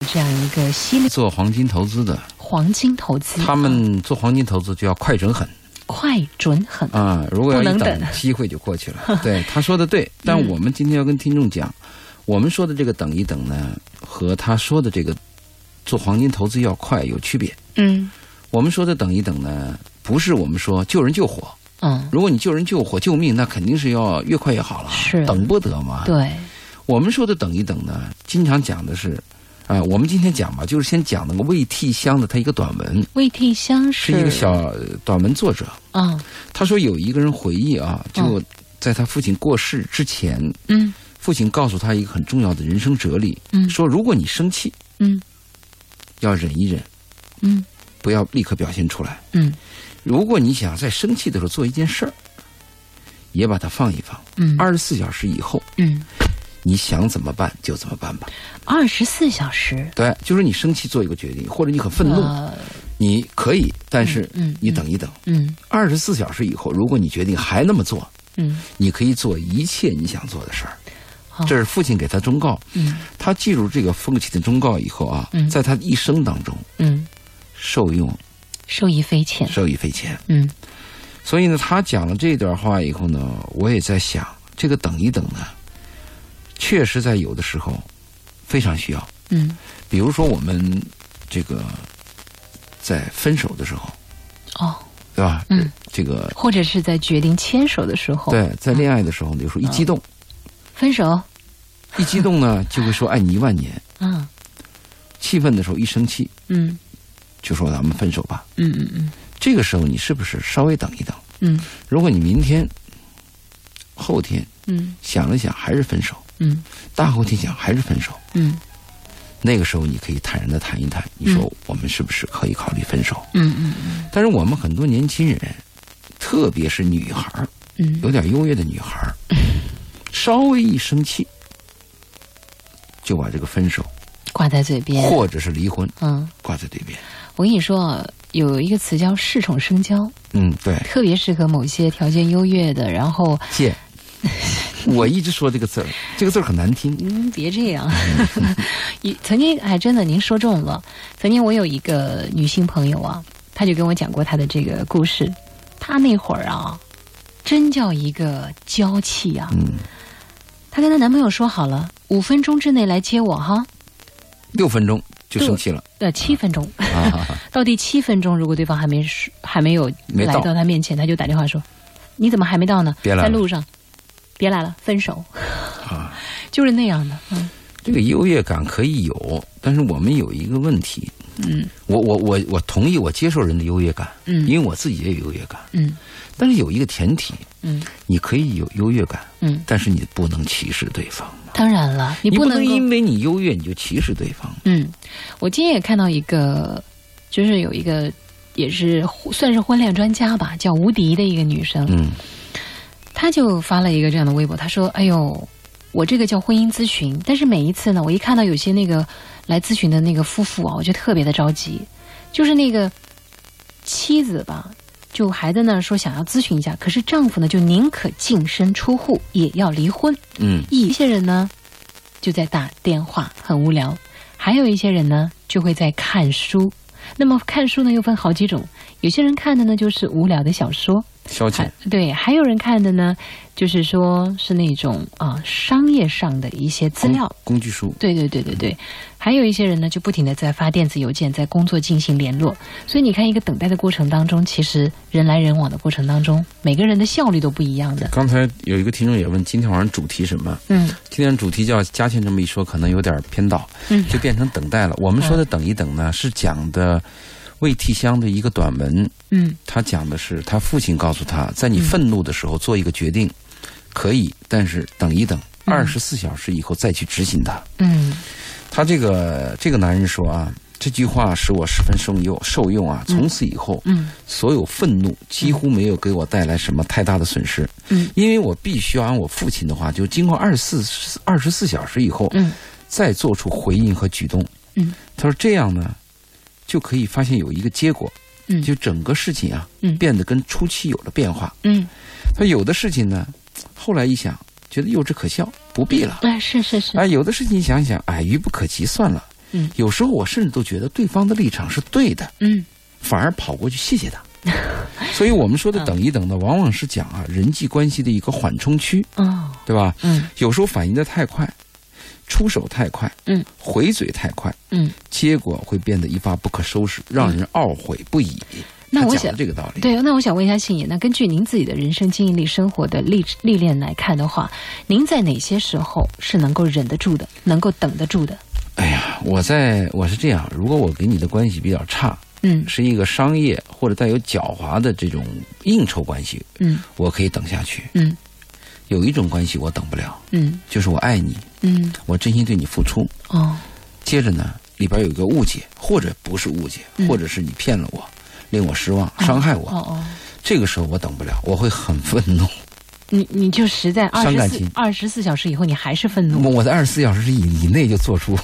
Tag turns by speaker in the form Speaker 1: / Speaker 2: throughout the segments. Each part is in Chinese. Speaker 1: 这样一个犀利
Speaker 2: 做黄金投资的，
Speaker 1: 黄金投资，
Speaker 2: 他们做黄金投资就要快准狠
Speaker 1: 快准狠。
Speaker 2: 啊、如果要
Speaker 1: 嗯不
Speaker 2: 一
Speaker 1: 能
Speaker 2: 等
Speaker 1: 等，嗯
Speaker 2: 机会就过去 了。对，他说的对，但我们今天要跟听众讲，我们说的这个等一等呢，和他说的这个做黄金投资要快有区别。
Speaker 1: 嗯
Speaker 2: 我们说的等一等呢，不是我们说救人救火，
Speaker 1: 嗯，
Speaker 2: 如果你救人救火救命，那肯定是要越快越好了，
Speaker 1: 是
Speaker 2: 等不得嘛。
Speaker 1: 对，
Speaker 2: 我们说的等一等呢，经常讲的是，啊、我们今天讲吧，就是先讲那个魏替香的他一个短文，
Speaker 1: 魏替香
Speaker 2: 是一个小呃短文作者，
Speaker 1: 啊
Speaker 2: 他说有一个人回忆啊，就在他父亲过世之前，
Speaker 1: 嗯
Speaker 2: 父亲告诉他一个很重要的人生哲理，
Speaker 1: 嗯
Speaker 2: 说如果你生气，
Speaker 1: 嗯
Speaker 2: 要忍一忍，
Speaker 1: 嗯
Speaker 2: 不要立刻表现出来。
Speaker 1: 嗯
Speaker 2: 如果你想在生气的时候做一件事儿，也把它放一放，
Speaker 1: 嗯
Speaker 2: 二十四小时以后。
Speaker 1: 嗯，
Speaker 2: 你想怎么办就怎么办吧。
Speaker 1: 二十四小时
Speaker 2: 对，就是你生气做一个决定，或者你很愤怒，
Speaker 1: 呃
Speaker 2: 你可以，但是
Speaker 1: 嗯嗯
Speaker 2: 你等一等，
Speaker 1: 嗯
Speaker 2: 二十四小时以后，如果你决定还那么做，
Speaker 1: 嗯
Speaker 2: 你可以做一切你想做的事儿
Speaker 1: 好。
Speaker 2: 这是父亲给他忠告，
Speaker 1: 嗯
Speaker 2: 他记住这个父亲的忠告以后啊，
Speaker 1: 嗯
Speaker 2: 在他一生当中
Speaker 1: 嗯，
Speaker 2: 受用
Speaker 1: 受益匪浅。
Speaker 2: 受益匪浅。
Speaker 1: 嗯
Speaker 2: 所以呢，他讲了这段话以后呢，我也在想，这个等一等呢，确实在有的时候非常需要。
Speaker 1: 嗯
Speaker 2: 比如说我们这个在分手的时候，
Speaker 1: 哦，
Speaker 2: 对吧？
Speaker 1: 嗯，哦
Speaker 2: 这个
Speaker 1: 或者是在决定牵手的时候，
Speaker 2: 对，在恋爱的时候呢，有时候一激动，
Speaker 1: 分手。
Speaker 2: 一激动呢，就会说爱哎你一万年；
Speaker 1: 嗯
Speaker 2: 气愤的时候，一生气
Speaker 1: 嗯
Speaker 2: 就说咱们分手吧。
Speaker 1: 嗯嗯嗯
Speaker 2: 这个时候你是不是稍微等一等？
Speaker 1: 嗯
Speaker 2: 如果你明天、后天
Speaker 1: 嗯
Speaker 2: 想了想还是分手，
Speaker 1: 嗯
Speaker 2: 大后天想还是分手，
Speaker 1: 嗯
Speaker 2: 那个时候你可以坦然的谈一谈，你说我们是不是可以考虑分手？
Speaker 1: 嗯
Speaker 2: 但是我们很多年轻人，特别是女孩儿，
Speaker 1: 嗯
Speaker 2: 有点优越的女孩儿，稍微一生气，就把这个分手
Speaker 1: 挂在嘴边。
Speaker 2: 或者是离婚
Speaker 1: 嗯，
Speaker 2: 挂在嘴边。
Speaker 1: 我跟你说啊，有一个词叫“恃宠生骄”，
Speaker 2: 嗯，对，
Speaker 1: 特别适合某些条件优越的。然后，
Speaker 2: 贱。 我一直说这个字儿，这个字儿很难听。
Speaker 1: 嗯，别这 样。一曾经还真的，您说中了。曾经我有一个女性朋友啊，她就跟我讲过她的这个故事。她那会儿啊，真叫一个娇气啊。
Speaker 2: 嗯，
Speaker 1: 她跟她男朋友说好了，五分钟之内来接我哈。
Speaker 2: 六分钟就生气了
Speaker 1: 呃，七分钟，
Speaker 2: 啊！
Speaker 1: 到第七分钟，如果对方还没是还没有
Speaker 2: 没
Speaker 1: 来
Speaker 2: 到
Speaker 1: 到他面前，他就打电话说：“你怎么还没到呢？
Speaker 2: 别来
Speaker 1: 在
Speaker 2: 了啊
Speaker 1: 路上，别来了，分手。” 就是那样的。嗯
Speaker 2: 这个优越感可以有，但是我们有一个问题。
Speaker 1: 嗯
Speaker 2: 我我我我同意，我接受人的优越感，
Speaker 1: 嗯
Speaker 2: 因为我自己也有优越感。
Speaker 1: 嗯
Speaker 2: 但是有一个前提，
Speaker 1: 嗯
Speaker 2: 你可以有优越感，
Speaker 1: 嗯，
Speaker 2: 但是你不能歧视对方。
Speaker 1: 当然了，你
Speaker 2: 你
Speaker 1: 不能够
Speaker 2: 因为你优越你就歧视对方。
Speaker 1: 嗯。我今天也看到一个，就是有一个也是算是婚恋专家吧，叫吴迪的一个女生，
Speaker 2: 嗯
Speaker 1: 他就发了一个这样的微博，他说：“哎呦，我这个叫婚姻咨询，但是每一次呢，我一看到有些那个来咨询的那个夫妇啊，我就特别的着急，就是那个妻子吧，就还在那儿说想要咨询一下，可是丈夫呢，就宁可净身出户也要离婚。
Speaker 2: 嗯
Speaker 1: 一些人呢，就在打电话，很无聊；还有一些人呢，就会在看书。那么看书呢，又分好几种，有些人看的呢就是无聊的小说。”
Speaker 2: 消
Speaker 1: 还对，还有人看的呢，就是说是那种啊、商业上的一些资料。
Speaker 2: 工具书。
Speaker 1: 对对对对对，还有一些人呢，就不停的在发电子邮件，在工作进行联络。所以你看，一个等待的过程当中，其实人来人往的过程当中，每个人的效率都不一样的。
Speaker 2: 刚才有一个听众也问，今天晚上主题什么？
Speaker 1: 嗯
Speaker 2: 今天主题叫嘉庆这么一说，可能有点偏导，
Speaker 1: 嗯
Speaker 2: 就变成等待了。我们说的等一等呢，是讲的魏替香的一个短文，
Speaker 1: 嗯
Speaker 2: 他讲的是他父亲告诉他，在你
Speaker 1: 嗯
Speaker 2: 愤怒的时候做一个决定，可以，但是等一等，
Speaker 1: 嗯
Speaker 2: 二十四小时以后再去执行它。
Speaker 1: 嗯
Speaker 2: 他这个这个男人说啊，这句话使我十分受用受用啊！从此以后，
Speaker 1: 嗯
Speaker 2: 所有愤怒几乎没有给我带来什么太大的损失，
Speaker 1: 嗯
Speaker 2: 因为我必须要按我父亲的话，就经过二十四二十四小时以后，
Speaker 1: 嗯
Speaker 2: 再做出回应和举动。
Speaker 1: 嗯，
Speaker 2: 他说这样呢，就可以发现有一个结果，
Speaker 1: 嗯
Speaker 2: 就整个事情啊，
Speaker 1: 嗯
Speaker 2: 变得跟初期有了变化。
Speaker 1: 嗯，
Speaker 2: 他有的事情呢，后来一想，觉得幼稚可笑，不必了。
Speaker 1: 哎，是是是，
Speaker 2: 哎，有的事情想一想，哎，愚不可及，算了。
Speaker 1: 嗯
Speaker 2: 有时候我甚至都觉得对方的立场是对的，
Speaker 1: 嗯
Speaker 2: 反而跑过去 谢谢他。所以我们说
Speaker 1: 嗯
Speaker 2: 的等一等呢，往往是讲啊人际关系的一个缓冲区，
Speaker 1: 哦
Speaker 2: 对吧？
Speaker 1: 嗯
Speaker 2: 有时候反应的太快，出手太快，
Speaker 1: 嗯，
Speaker 2: 回嘴太快，
Speaker 1: 嗯，
Speaker 2: 结果会变得一发不可收拾，让人懊悔不已。
Speaker 1: 那
Speaker 2: 他
Speaker 1: 我
Speaker 2: 讲
Speaker 1: 想
Speaker 2: 的这个道理，
Speaker 1: 对，那我想问一下信野，那根据您自己的人生经历、生活的历历练来看的话，您在哪些时候是能够忍得住的，能够等得住的？
Speaker 2: 哎呀，我在我是这样，如果我给你的关系比较差，
Speaker 1: 嗯
Speaker 2: 是一个商业或者带有狡猾的这种应酬关系，
Speaker 1: 嗯
Speaker 2: 我可以等下去。
Speaker 1: 嗯
Speaker 2: 有一种关系我等不了，
Speaker 1: 嗯
Speaker 2: 就是我爱你，
Speaker 1: 嗯，
Speaker 2: 我真心对你付出。
Speaker 1: 哦
Speaker 2: 接着呢，里边有一个误解，或者不是误解，
Speaker 1: 嗯
Speaker 2: 或者是你骗了我，令我失望，伤害我。
Speaker 1: 哦哦，
Speaker 2: 这个时候我等不了，我会很愤怒。
Speaker 1: 你你就实在二
Speaker 2: 伤
Speaker 1: 十
Speaker 2: 感
Speaker 1: 四
Speaker 2: 情
Speaker 1: 二十四小时以后，你还是愤怒，
Speaker 2: 我我在二十四小时以以内就做出，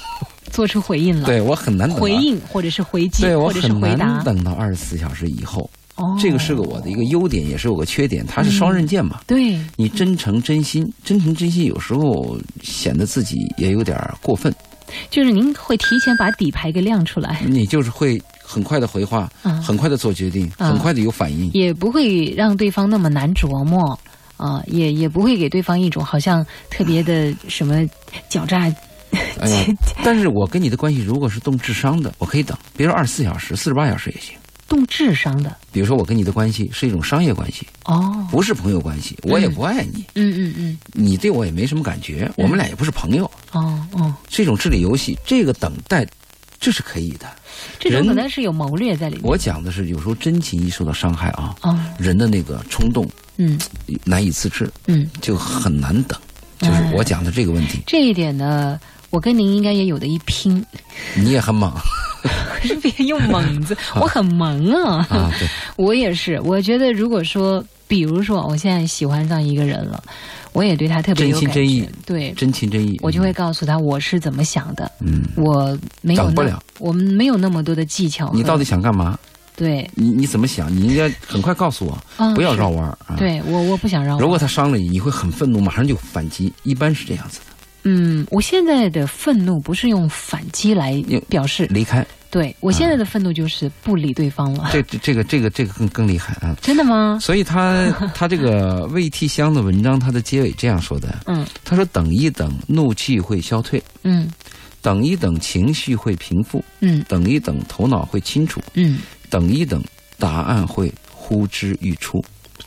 Speaker 1: 做出回应了，
Speaker 2: 对我很难等
Speaker 1: 嗯
Speaker 2: 到
Speaker 1: 回，应或者是回击
Speaker 2: 对我
Speaker 1: 或者是
Speaker 2: 很
Speaker 1: 回答
Speaker 2: 难。等到二十四小时以后。
Speaker 1: 哦，
Speaker 2: 这个是个我的一个优点，也是我个缺点，它是双刃剑嘛。
Speaker 1: 对，
Speaker 2: 你真诚真心，真诚真心有时候显得自己也有点儿过分，
Speaker 1: 就是您会提前把底牌给亮出来，
Speaker 2: 你就是会很快的回话，
Speaker 1: 啊
Speaker 2: 很快的做决定，
Speaker 1: 啊
Speaker 2: 很快的有反应。
Speaker 1: 也不会让对方那么难琢磨。啊、也也不会给对方一种好像特别的什么狡诈，
Speaker 2: 哎呀，但是我跟你的关系如果是动智商的，我可以等，别说二十四小时，四十八小时也行。
Speaker 1: 动智商的。
Speaker 2: 比如说我跟你的关系是一种商业关系，
Speaker 1: 哦，
Speaker 2: 不是朋友关系，我也不爱你，
Speaker 1: 嗯嗯嗯，
Speaker 2: 你对我也没什么感觉，我们俩也不是朋友，
Speaker 1: 哦哦，
Speaker 2: 是一种智力游戏。这个等待，这是可以的。
Speaker 1: 这种
Speaker 2: 人
Speaker 1: 可能是有谋略在里面。
Speaker 2: 我讲的是有时候真情一受到伤害啊，
Speaker 1: 哦，
Speaker 2: 人的那个冲动
Speaker 1: 嗯
Speaker 2: 难以自制，
Speaker 1: 嗯，
Speaker 2: 就很难等。就是
Speaker 1: 哎
Speaker 2: 我讲的这个问 题，
Speaker 1: 这一点呢，我跟您应该也有的一拼。
Speaker 2: 你也很猛
Speaker 1: 可是别用猛 子，我很萌啊。
Speaker 2: 啊，对，
Speaker 1: 我也是，我觉得如果说，比如说我现在喜欢上一个人了，我也对他特别有
Speaker 2: 真心
Speaker 1: 感觉
Speaker 2: 真意
Speaker 1: 对。
Speaker 2: 真情真意，
Speaker 1: 我就会告诉他我是怎么想的，
Speaker 2: 嗯，
Speaker 1: 我没有
Speaker 2: 等不
Speaker 1: 那
Speaker 2: 了，
Speaker 1: 我们没有那么多的技巧和。
Speaker 2: 你到底想干嘛？
Speaker 1: 嗯对，
Speaker 2: 你你怎么想？你应该很快告诉我，
Speaker 1: 嗯
Speaker 2: 不要绕弯儿啊
Speaker 1: 是。，对我，我不想让
Speaker 2: 如
Speaker 1: 我。
Speaker 2: 果他伤了你，你会很愤怒，马上就反击，一般是这样子的，
Speaker 1: 嗯，我现在的愤怒不是用反击来
Speaker 2: 用嗯
Speaker 1: 表示，
Speaker 2: 离开。
Speaker 1: 对我现在的愤怒就是不理对方了。
Speaker 2: 这这这个这个这个更更厉害啊！
Speaker 1: 真的吗？
Speaker 2: 所 以他他这个魏替香的文章，他的结尾这样说的，
Speaker 1: 嗯
Speaker 2: 他说：“等一等，怒气会消退；
Speaker 1: 嗯
Speaker 2: 等一等，情绪会平复；
Speaker 1: 嗯
Speaker 2: 等一等，头脑会清楚；
Speaker 1: 嗯，
Speaker 2: 等一等，答案会呼之欲出。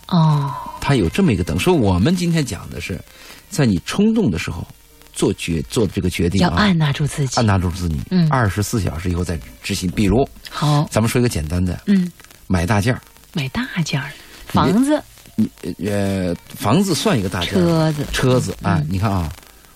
Speaker 1: 哦，”
Speaker 2: 他有这么一个等。说我们今天讲的是，在你冲动的时候做决做这个决定
Speaker 1: 要
Speaker 2: 啊，
Speaker 1: 按捺住自己
Speaker 2: 按。捺住自己，
Speaker 1: 嗯
Speaker 2: 二十四小时以后再执行。比如，
Speaker 1: 好，
Speaker 2: 咱们说一个简单的，
Speaker 1: 嗯，
Speaker 2: 买大件儿，
Speaker 1: 买大件儿，房子、
Speaker 2: 呃，房子算一个大件儿，
Speaker 1: 车嗯子，
Speaker 2: 车子啊，你看啊。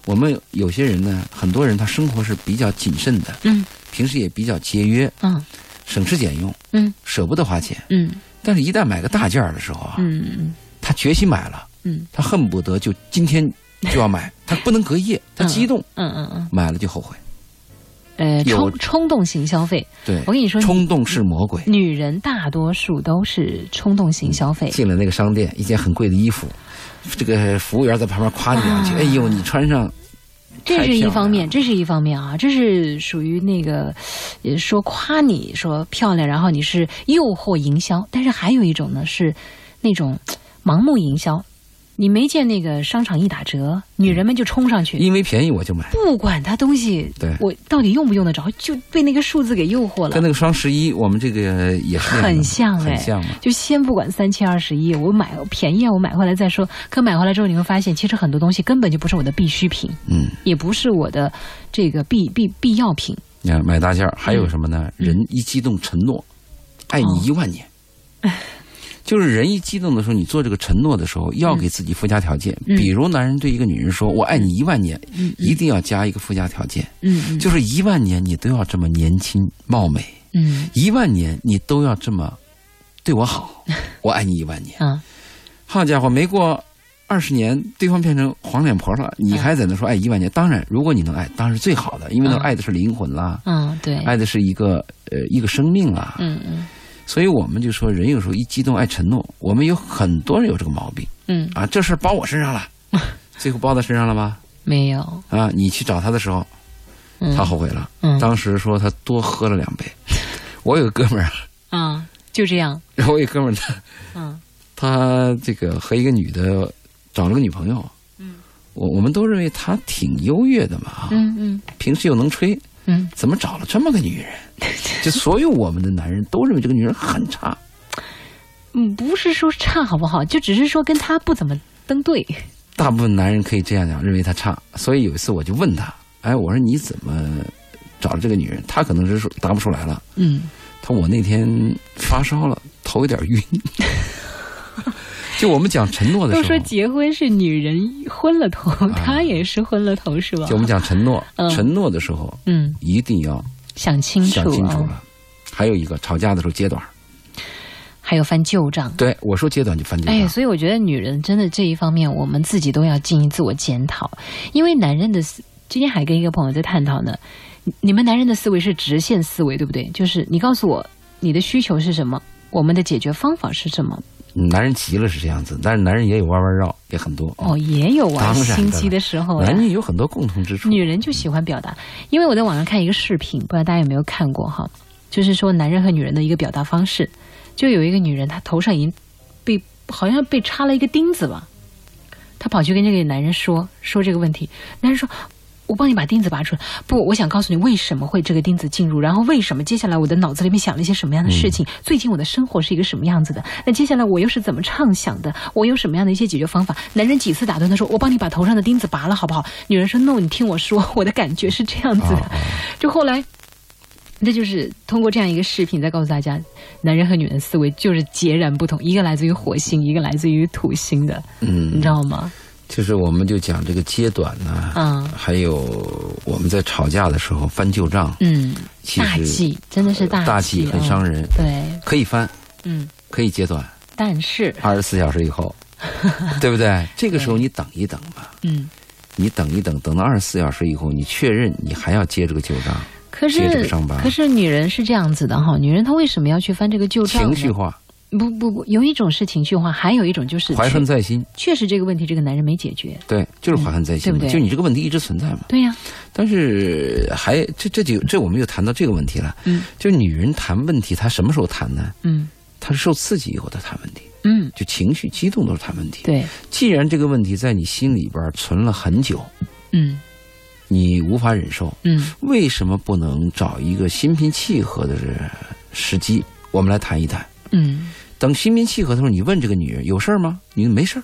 Speaker 2: 我们有些人呢，很多人他生活是比较谨慎的，
Speaker 1: 嗯
Speaker 2: 平时也比较节约，
Speaker 1: 嗯
Speaker 2: 省吃俭用，
Speaker 1: 嗯
Speaker 2: 舍不得花钱。
Speaker 1: 嗯
Speaker 2: 但是，一旦买个大件儿的时候啊，
Speaker 1: 嗯
Speaker 2: 他决心买了，
Speaker 1: 嗯
Speaker 2: 他恨不得就今天就 要买，他不能隔夜，他激动，
Speaker 1: 嗯嗯
Speaker 2: 买了就后悔。
Speaker 1: 嗯，呃，
Speaker 2: 有
Speaker 1: 冲冲动型消费，
Speaker 2: 对
Speaker 1: 我，跟你说，
Speaker 2: 冲动是魔鬼。
Speaker 1: 女人大多数都是冲动型消费。
Speaker 2: 进了那个商店，一件很贵的衣服，这个服务员在旁边夸你两句：“
Speaker 1: 啊
Speaker 2: 哎呦，你穿上
Speaker 1: 这是一方面，
Speaker 2: 太漂亮
Speaker 1: 这
Speaker 2: 了
Speaker 1: 是一方面啊，这是属于那个，呃，说夸你说漂亮，然后你是诱惑营销，但是还有一种呢是那种嘖盲目营销，你没见那个商场一打折，女人们就冲上去，
Speaker 2: 因为便宜我就买
Speaker 1: 不管它东西
Speaker 2: 嗯对
Speaker 1: 我到底用不用得着，就被那个数字给诱惑”。
Speaker 2: 跟
Speaker 1: 了。
Speaker 2: 那个双十一，我们这个也是那样的
Speaker 1: 很像哎
Speaker 2: 很像嘛。
Speaker 1: 就先不管三七二十一，我买便宜啊，我买回来再说。可买回来之后，你会发现，其实很多东西根本就不是我的必需品，
Speaker 2: 嗯，
Speaker 1: 也不是我的这个必必必要品。
Speaker 2: 你看买大件儿，还有什么呢？
Speaker 1: 嗯哦
Speaker 2: 人一激动承诺，爱你 一万年。就是人一激动的时候，你做这个承诺的时候，要给自己附加条件。
Speaker 1: 嗯
Speaker 2: 比如，男人对一个女人说“我爱你一万年”，
Speaker 1: 嗯
Speaker 2: 一定要加一个附加条件，
Speaker 1: 嗯嗯
Speaker 2: 就是一万年你都要这么年轻貌美，
Speaker 1: 嗯。
Speaker 2: 一万年你都要这么对 我好，我爱你一万年。
Speaker 1: 啊，
Speaker 2: 好家伙，没过二十年，对方变成黄脸婆了，你还在那说爱一万年？当然，如果你能爱，当然是最好的，因为那
Speaker 1: 嗯
Speaker 2: 爱的是灵魂啦。
Speaker 1: 嗯，对，
Speaker 2: 爱的是一个呃一个生命啊，
Speaker 1: 嗯嗯
Speaker 2: 所以我们就说人有时候一激动爱承诺，我们有很多人有这个毛病
Speaker 1: 嗯，
Speaker 2: 啊，这事儿 包我身上了，最后包到身上了吗？
Speaker 1: 没有，
Speaker 2: 啊，你去找他的时候，
Speaker 1: 嗯
Speaker 2: 他后悔了，
Speaker 1: 嗯
Speaker 2: 当时说他多喝了两杯。 我有个哥们儿，
Speaker 1: 啊，就这样，
Speaker 2: 我有个哥们儿，他
Speaker 1: 嗯
Speaker 2: 他这个和一个女的找了个女朋友，
Speaker 1: 嗯，
Speaker 2: 我我们都认为他挺优越的嘛，啊，
Speaker 1: 嗯嗯
Speaker 2: 平时又能吹，
Speaker 1: 嗯，
Speaker 2: 怎么找了这么 个女人？就所有我们的男人都认为这个女人很差，
Speaker 1: 嗯，不是说差好不好，就只是说跟他不怎么登对。
Speaker 2: 大部分男人可以这样讲，认为她差。所以有一次我就问他，哎，我说你怎么找了这个女人？他可能是说答不出来了。
Speaker 1: 嗯
Speaker 2: 他说我那天发烧了，头有点晕。就我们讲承诺的
Speaker 1: 都
Speaker 2: 时
Speaker 1: 说
Speaker 2: 候，
Speaker 1: 结婚是女人昏了头，
Speaker 2: 啊
Speaker 1: 他也是昏了头，是吧
Speaker 2: 就？我们讲承诺，
Speaker 1: 嗯
Speaker 2: 承诺的时候
Speaker 1: 嗯，
Speaker 2: 一定要
Speaker 1: 想清楚
Speaker 2: 想清楚
Speaker 1: 啊，
Speaker 2: 了。还有一个吵架的时候揭短儿，
Speaker 1: 还有翻旧账。
Speaker 2: 对我说揭短就翻旧
Speaker 1: 哎，
Speaker 2: 账。
Speaker 1: 所以我觉得女人真的这一方面，我们自己都要进行自我检讨，因为男人的思，今天还跟一个朋友在探讨呢，你你们男人的思维是直线思维，对不对？就是你告诉我你的需求是什么，我们的解决方法是什么。
Speaker 2: 男人急了是这样子，但是男人也有弯弯绕，也很多。
Speaker 1: 哦，也有玩
Speaker 2: 当然
Speaker 1: 心机的时候啊，
Speaker 2: 男女有很多共同之处。
Speaker 1: 女人就喜欢表达。因为我在网上看一个视频，不知道大家有没有看过哈，就是说男人和女人的一个表达方式，就有一个女人她头上已经被好像被插了一个钉子吧，她跑去跟这个男人说说这个问题，男人说。我帮你把钉子拔出来。不，我想告诉你为什么会这个钉子进入，然后为什么接下来我的脑子里面想了一些什么样的事情，最近我的生活是一个什么样子的，那接下来我又是怎么畅想的，我有什么样的一些解决方法。男人几次打断他说：“我帮你把头上的钉子拔了，好不好？”女人说：“no，你听我说，我的感觉是这样子的。
Speaker 2: 啊
Speaker 1: 就后来，那就是通过这样一个视频在告诉大家，男人和女人思维就是截然不同，一个来自于火星，一个来自于土星的，
Speaker 2: 嗯，
Speaker 1: 你知道吗？
Speaker 2: 就是我们就讲这个揭短呢、
Speaker 1: 啊，
Speaker 2: 还有我们在吵架的时候翻旧账，
Speaker 1: 嗯，
Speaker 2: 其
Speaker 1: 大
Speaker 2: 实呃
Speaker 1: 忌，真的是大忌，
Speaker 2: 大忌很伤
Speaker 1: 人。
Speaker 2: 人，
Speaker 1: 对，
Speaker 2: 可以翻，
Speaker 1: 嗯，
Speaker 2: 可以揭短，
Speaker 1: 但是，
Speaker 2: 二十四小时以 后，对不对？这个时候你等一等吧，
Speaker 1: 嗯，
Speaker 2: 你等一等，等到二十四小时以后，你确认你还要揭这个旧账，
Speaker 1: 可
Speaker 2: 接着
Speaker 1: 是
Speaker 2: 上班
Speaker 1: 可是女人是这样子的哈，女人她为什么要去翻这个旧账呢？
Speaker 2: 情绪化，
Speaker 1: 不不不，有一种是情绪化，还有一种就是
Speaker 2: 怀恨在心，
Speaker 1: 确确实这个问题这个男人没解决。
Speaker 2: 对，就是怀恨在心嘛，
Speaker 1: 嗯对不对
Speaker 2: 就你这个问题一直存在嘛。
Speaker 1: 对呀、
Speaker 2: 但是还这这就这我们又谈到这个问题了，
Speaker 1: 嗯，
Speaker 2: 就是女人谈问题，她什么时候谈呢？
Speaker 1: 嗯
Speaker 2: 她是受刺激以后她谈问题，
Speaker 1: 嗯，
Speaker 2: 就情绪激动都是谈问题。
Speaker 1: 对，
Speaker 2: 既然这个问题在你心里边存了很久，
Speaker 1: 嗯
Speaker 2: 你无法忍受，
Speaker 1: 嗯
Speaker 2: 为什么不能找一个心平气和的时机，我们来谈一谈？
Speaker 1: 嗯
Speaker 2: 等心平气和的时候，你问这个女人有事儿吗？你没事儿，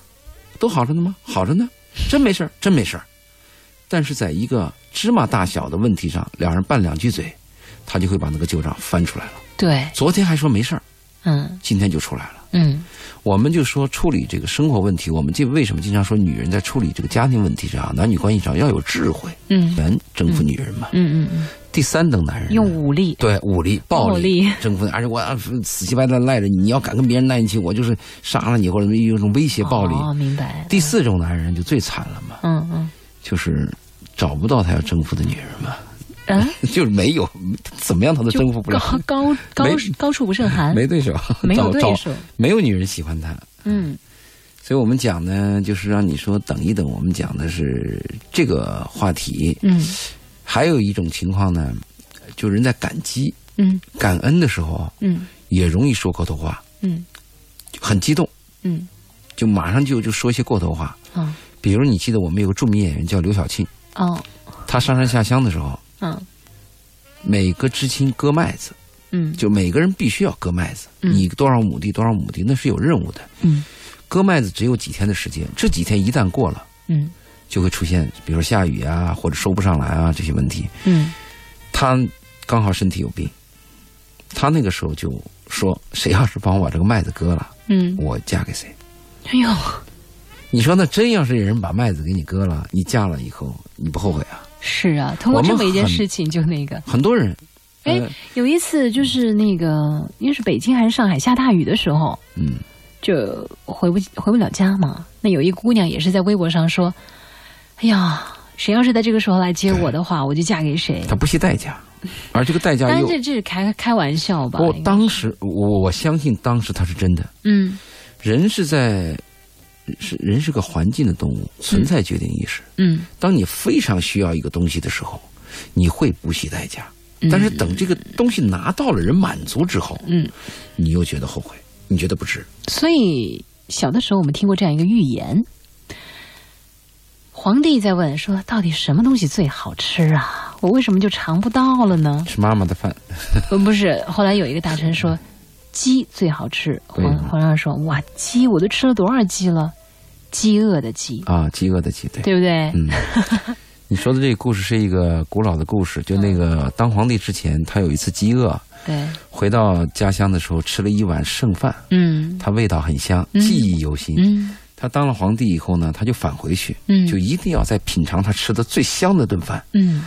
Speaker 2: 都好着呢吗？好着呢，真没事儿，真没事儿。但是在一个芝麻大小的问题上，两人拌两句嘴，他就会把那个旧账翻出来了。
Speaker 1: 对，
Speaker 2: 昨天还说没事儿，
Speaker 1: 嗯
Speaker 2: 今天就出来了。
Speaker 1: 嗯
Speaker 2: 我们就说处理这个生活问题，我们这为什么经常说女人在处理这个家庭问题上、男女关系上要有智慧，
Speaker 1: 嗯
Speaker 2: 能征服女人嘛？
Speaker 1: 嗯嗯嗯，
Speaker 2: 第三等男人呢
Speaker 1: 用武力
Speaker 2: 对武力、暴
Speaker 1: 暴
Speaker 2: 力
Speaker 1: 力，
Speaker 2: 征服，而且我啊死乞白赖赖着你，你要敢跟别人在一起，我就是杀了你或者有一种威胁暴力。
Speaker 1: 哦，明白。
Speaker 2: 第四种男人就最惨了嘛，
Speaker 1: 嗯嗯
Speaker 2: 就是找不到他要征服的女人嘛，
Speaker 1: 嗯，
Speaker 2: 就是没有，怎么样他都
Speaker 1: 就
Speaker 2: 哎征服不了，
Speaker 1: 高高高
Speaker 2: 没
Speaker 1: 高处不胜寒，
Speaker 2: 没对手，
Speaker 1: 没有
Speaker 2: 找
Speaker 1: 对
Speaker 2: 找
Speaker 1: 手。
Speaker 2: 没有女人喜欢他。
Speaker 1: 嗯
Speaker 2: 所以我们讲呢，就是让你说等一等。我们讲的是这个话题，
Speaker 1: 嗯
Speaker 2: 还有一种情况呢，就人在感激、
Speaker 1: 嗯
Speaker 2: 感恩的时候，啊
Speaker 1: 嗯
Speaker 2: 也容易说过头话，
Speaker 1: 嗯
Speaker 2: 很激动，
Speaker 1: 嗯
Speaker 2: 就马上就就说一些过头话。
Speaker 1: 嗯
Speaker 2: 比如你记得我们有个著名演员叫刘晓庆，
Speaker 1: 哦
Speaker 2: 她上山下乡的时候，
Speaker 1: 嗯
Speaker 2: 每个知青割麦子，
Speaker 1: 嗯
Speaker 2: 就每个人必须要割麦子，
Speaker 1: 嗯
Speaker 2: 你多少亩地多少亩地，那是有任务的。
Speaker 1: 嗯
Speaker 2: 割麦子只有几天的时间，这几天一旦过了，
Speaker 1: 嗯
Speaker 2: 就会出现比如下雨啊，或者收不上来啊这些问题。
Speaker 1: 嗯
Speaker 2: 他刚好身体有病，他那个时候就说：“谁要是帮我把这个麦子割了，
Speaker 1: 嗯，
Speaker 2: 我嫁给谁
Speaker 1: 哎呦，？”
Speaker 2: 你说那真要是有人把麦子给你割了，你嫁了以后你不后悔啊？
Speaker 1: 是啊，通过这么一件事情就那个。
Speaker 2: 很多人，
Speaker 1: 哎
Speaker 2: 呃
Speaker 1: 有一次就是那个，因为是北京还是上海下大雨的时候，
Speaker 2: 嗯，
Speaker 1: 就回不回不了家嘛。那有一姑娘也是在微博上说：“哎呀，谁要是在这个时候来接我的话，我就嫁给谁。
Speaker 2: 他不惜代价，而这个代”
Speaker 1: 当
Speaker 2: 价
Speaker 1: 然
Speaker 2: 又
Speaker 1: 这，这是开开玩笑吧。
Speaker 2: 我
Speaker 1: 应该
Speaker 2: 当时我我相信当时他是真的。
Speaker 1: 嗯
Speaker 2: 人是在是人是个环境的动物，存在决定意识。
Speaker 1: 嗯
Speaker 2: 当你非常需要一个东西的时候，你会不惜代价。但是等这个东西拿到了，人满足之后，
Speaker 1: 嗯，
Speaker 2: 你又觉得后悔，你觉得不值。
Speaker 1: 所以小的时候我们听过这样一个寓言，皇帝在问说，到底什么东西最好吃啊？我为什么就尝不到了 呢？
Speaker 2: 吃妈妈的饭，
Speaker 1: 呃不是，后来有一个大臣说，鸡最好吃。
Speaker 2: 对
Speaker 1: 皇皇上说，哇，鸡我都吃了多少鸡了？饥饿的鸡，
Speaker 2: 啊，饥饿的饥，对。
Speaker 1: 对不对？
Speaker 2: 嗯，你说的这个故事是一个古老的故事，就
Speaker 1: 嗯
Speaker 2: 那个当皇帝之前，他有一次饥饿，
Speaker 1: 对，
Speaker 2: 回到家乡的时候吃了一碗剩饭，
Speaker 1: 嗯
Speaker 2: 他味道很香，
Speaker 1: 嗯
Speaker 2: 记忆犹新。
Speaker 1: 嗯
Speaker 2: 他当了皇帝以后呢，他就返回去，
Speaker 1: 嗯，
Speaker 2: 就一定要再品尝他吃的最香的顿饭。
Speaker 1: 嗯，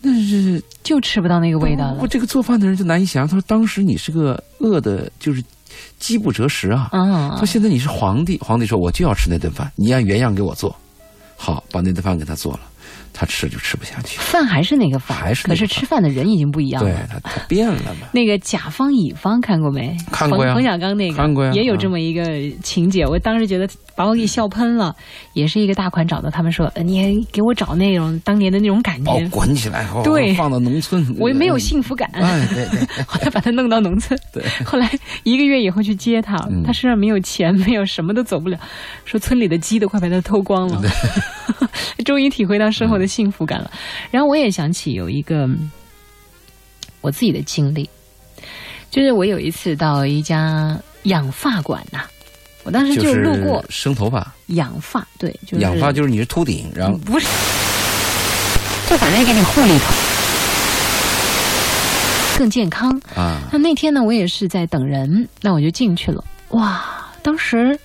Speaker 2: 但是
Speaker 1: 就吃不到那个味道
Speaker 2: 不过
Speaker 1: 了。
Speaker 2: 这个做饭的人就难以想象，他说当时你是个饿的，就是饥不择食啊。
Speaker 1: 啊
Speaker 2: 他，现在你是皇帝，皇帝说我就要吃那顿饭，你按原样给我做，好，把那顿饭给他做了，他吃就吃不下去。
Speaker 1: 嗯饭还是那个饭，
Speaker 2: 还是那
Speaker 1: 可是
Speaker 2: 个饭
Speaker 1: 吃饭的人已经不一样
Speaker 2: 对
Speaker 1: 了。
Speaker 2: 他，他变了嘛。
Speaker 1: 那个甲方乙方看过没？
Speaker 2: 看过呀
Speaker 1: 冯冯小刚那个
Speaker 2: 看过呀嗯
Speaker 1: 也有这么一个情节，我当时觉得把我给笑喷了。也是一个大款找到他们说，呃你给我找那种当年的那种感觉，
Speaker 2: 哦，滚起来！哦、
Speaker 1: 对
Speaker 2: 放到农村，
Speaker 1: 我也没有幸福感。
Speaker 2: 哎，对对，
Speaker 1: 后来把他弄到农村，
Speaker 2: 对
Speaker 1: 后来一个月以后去接他，
Speaker 2: 嗯
Speaker 1: 他身上没有钱， 没有什么都走不了，说村里的鸡都快被他偷光了， 终于体会到生活的幸福感了。然后我也想起有一个嗯我自己的经历，就是我有一次到一家养发馆呐、我当时
Speaker 2: 就
Speaker 1: 就是路过
Speaker 2: 生头发，
Speaker 1: 养发，对，就是
Speaker 2: 养发就是你是秃顶，然后
Speaker 1: 不是，就反正给你护理头，更健康。
Speaker 2: 啊，
Speaker 1: 那那天呢，我也是在等人，那我就进去了。哇，当时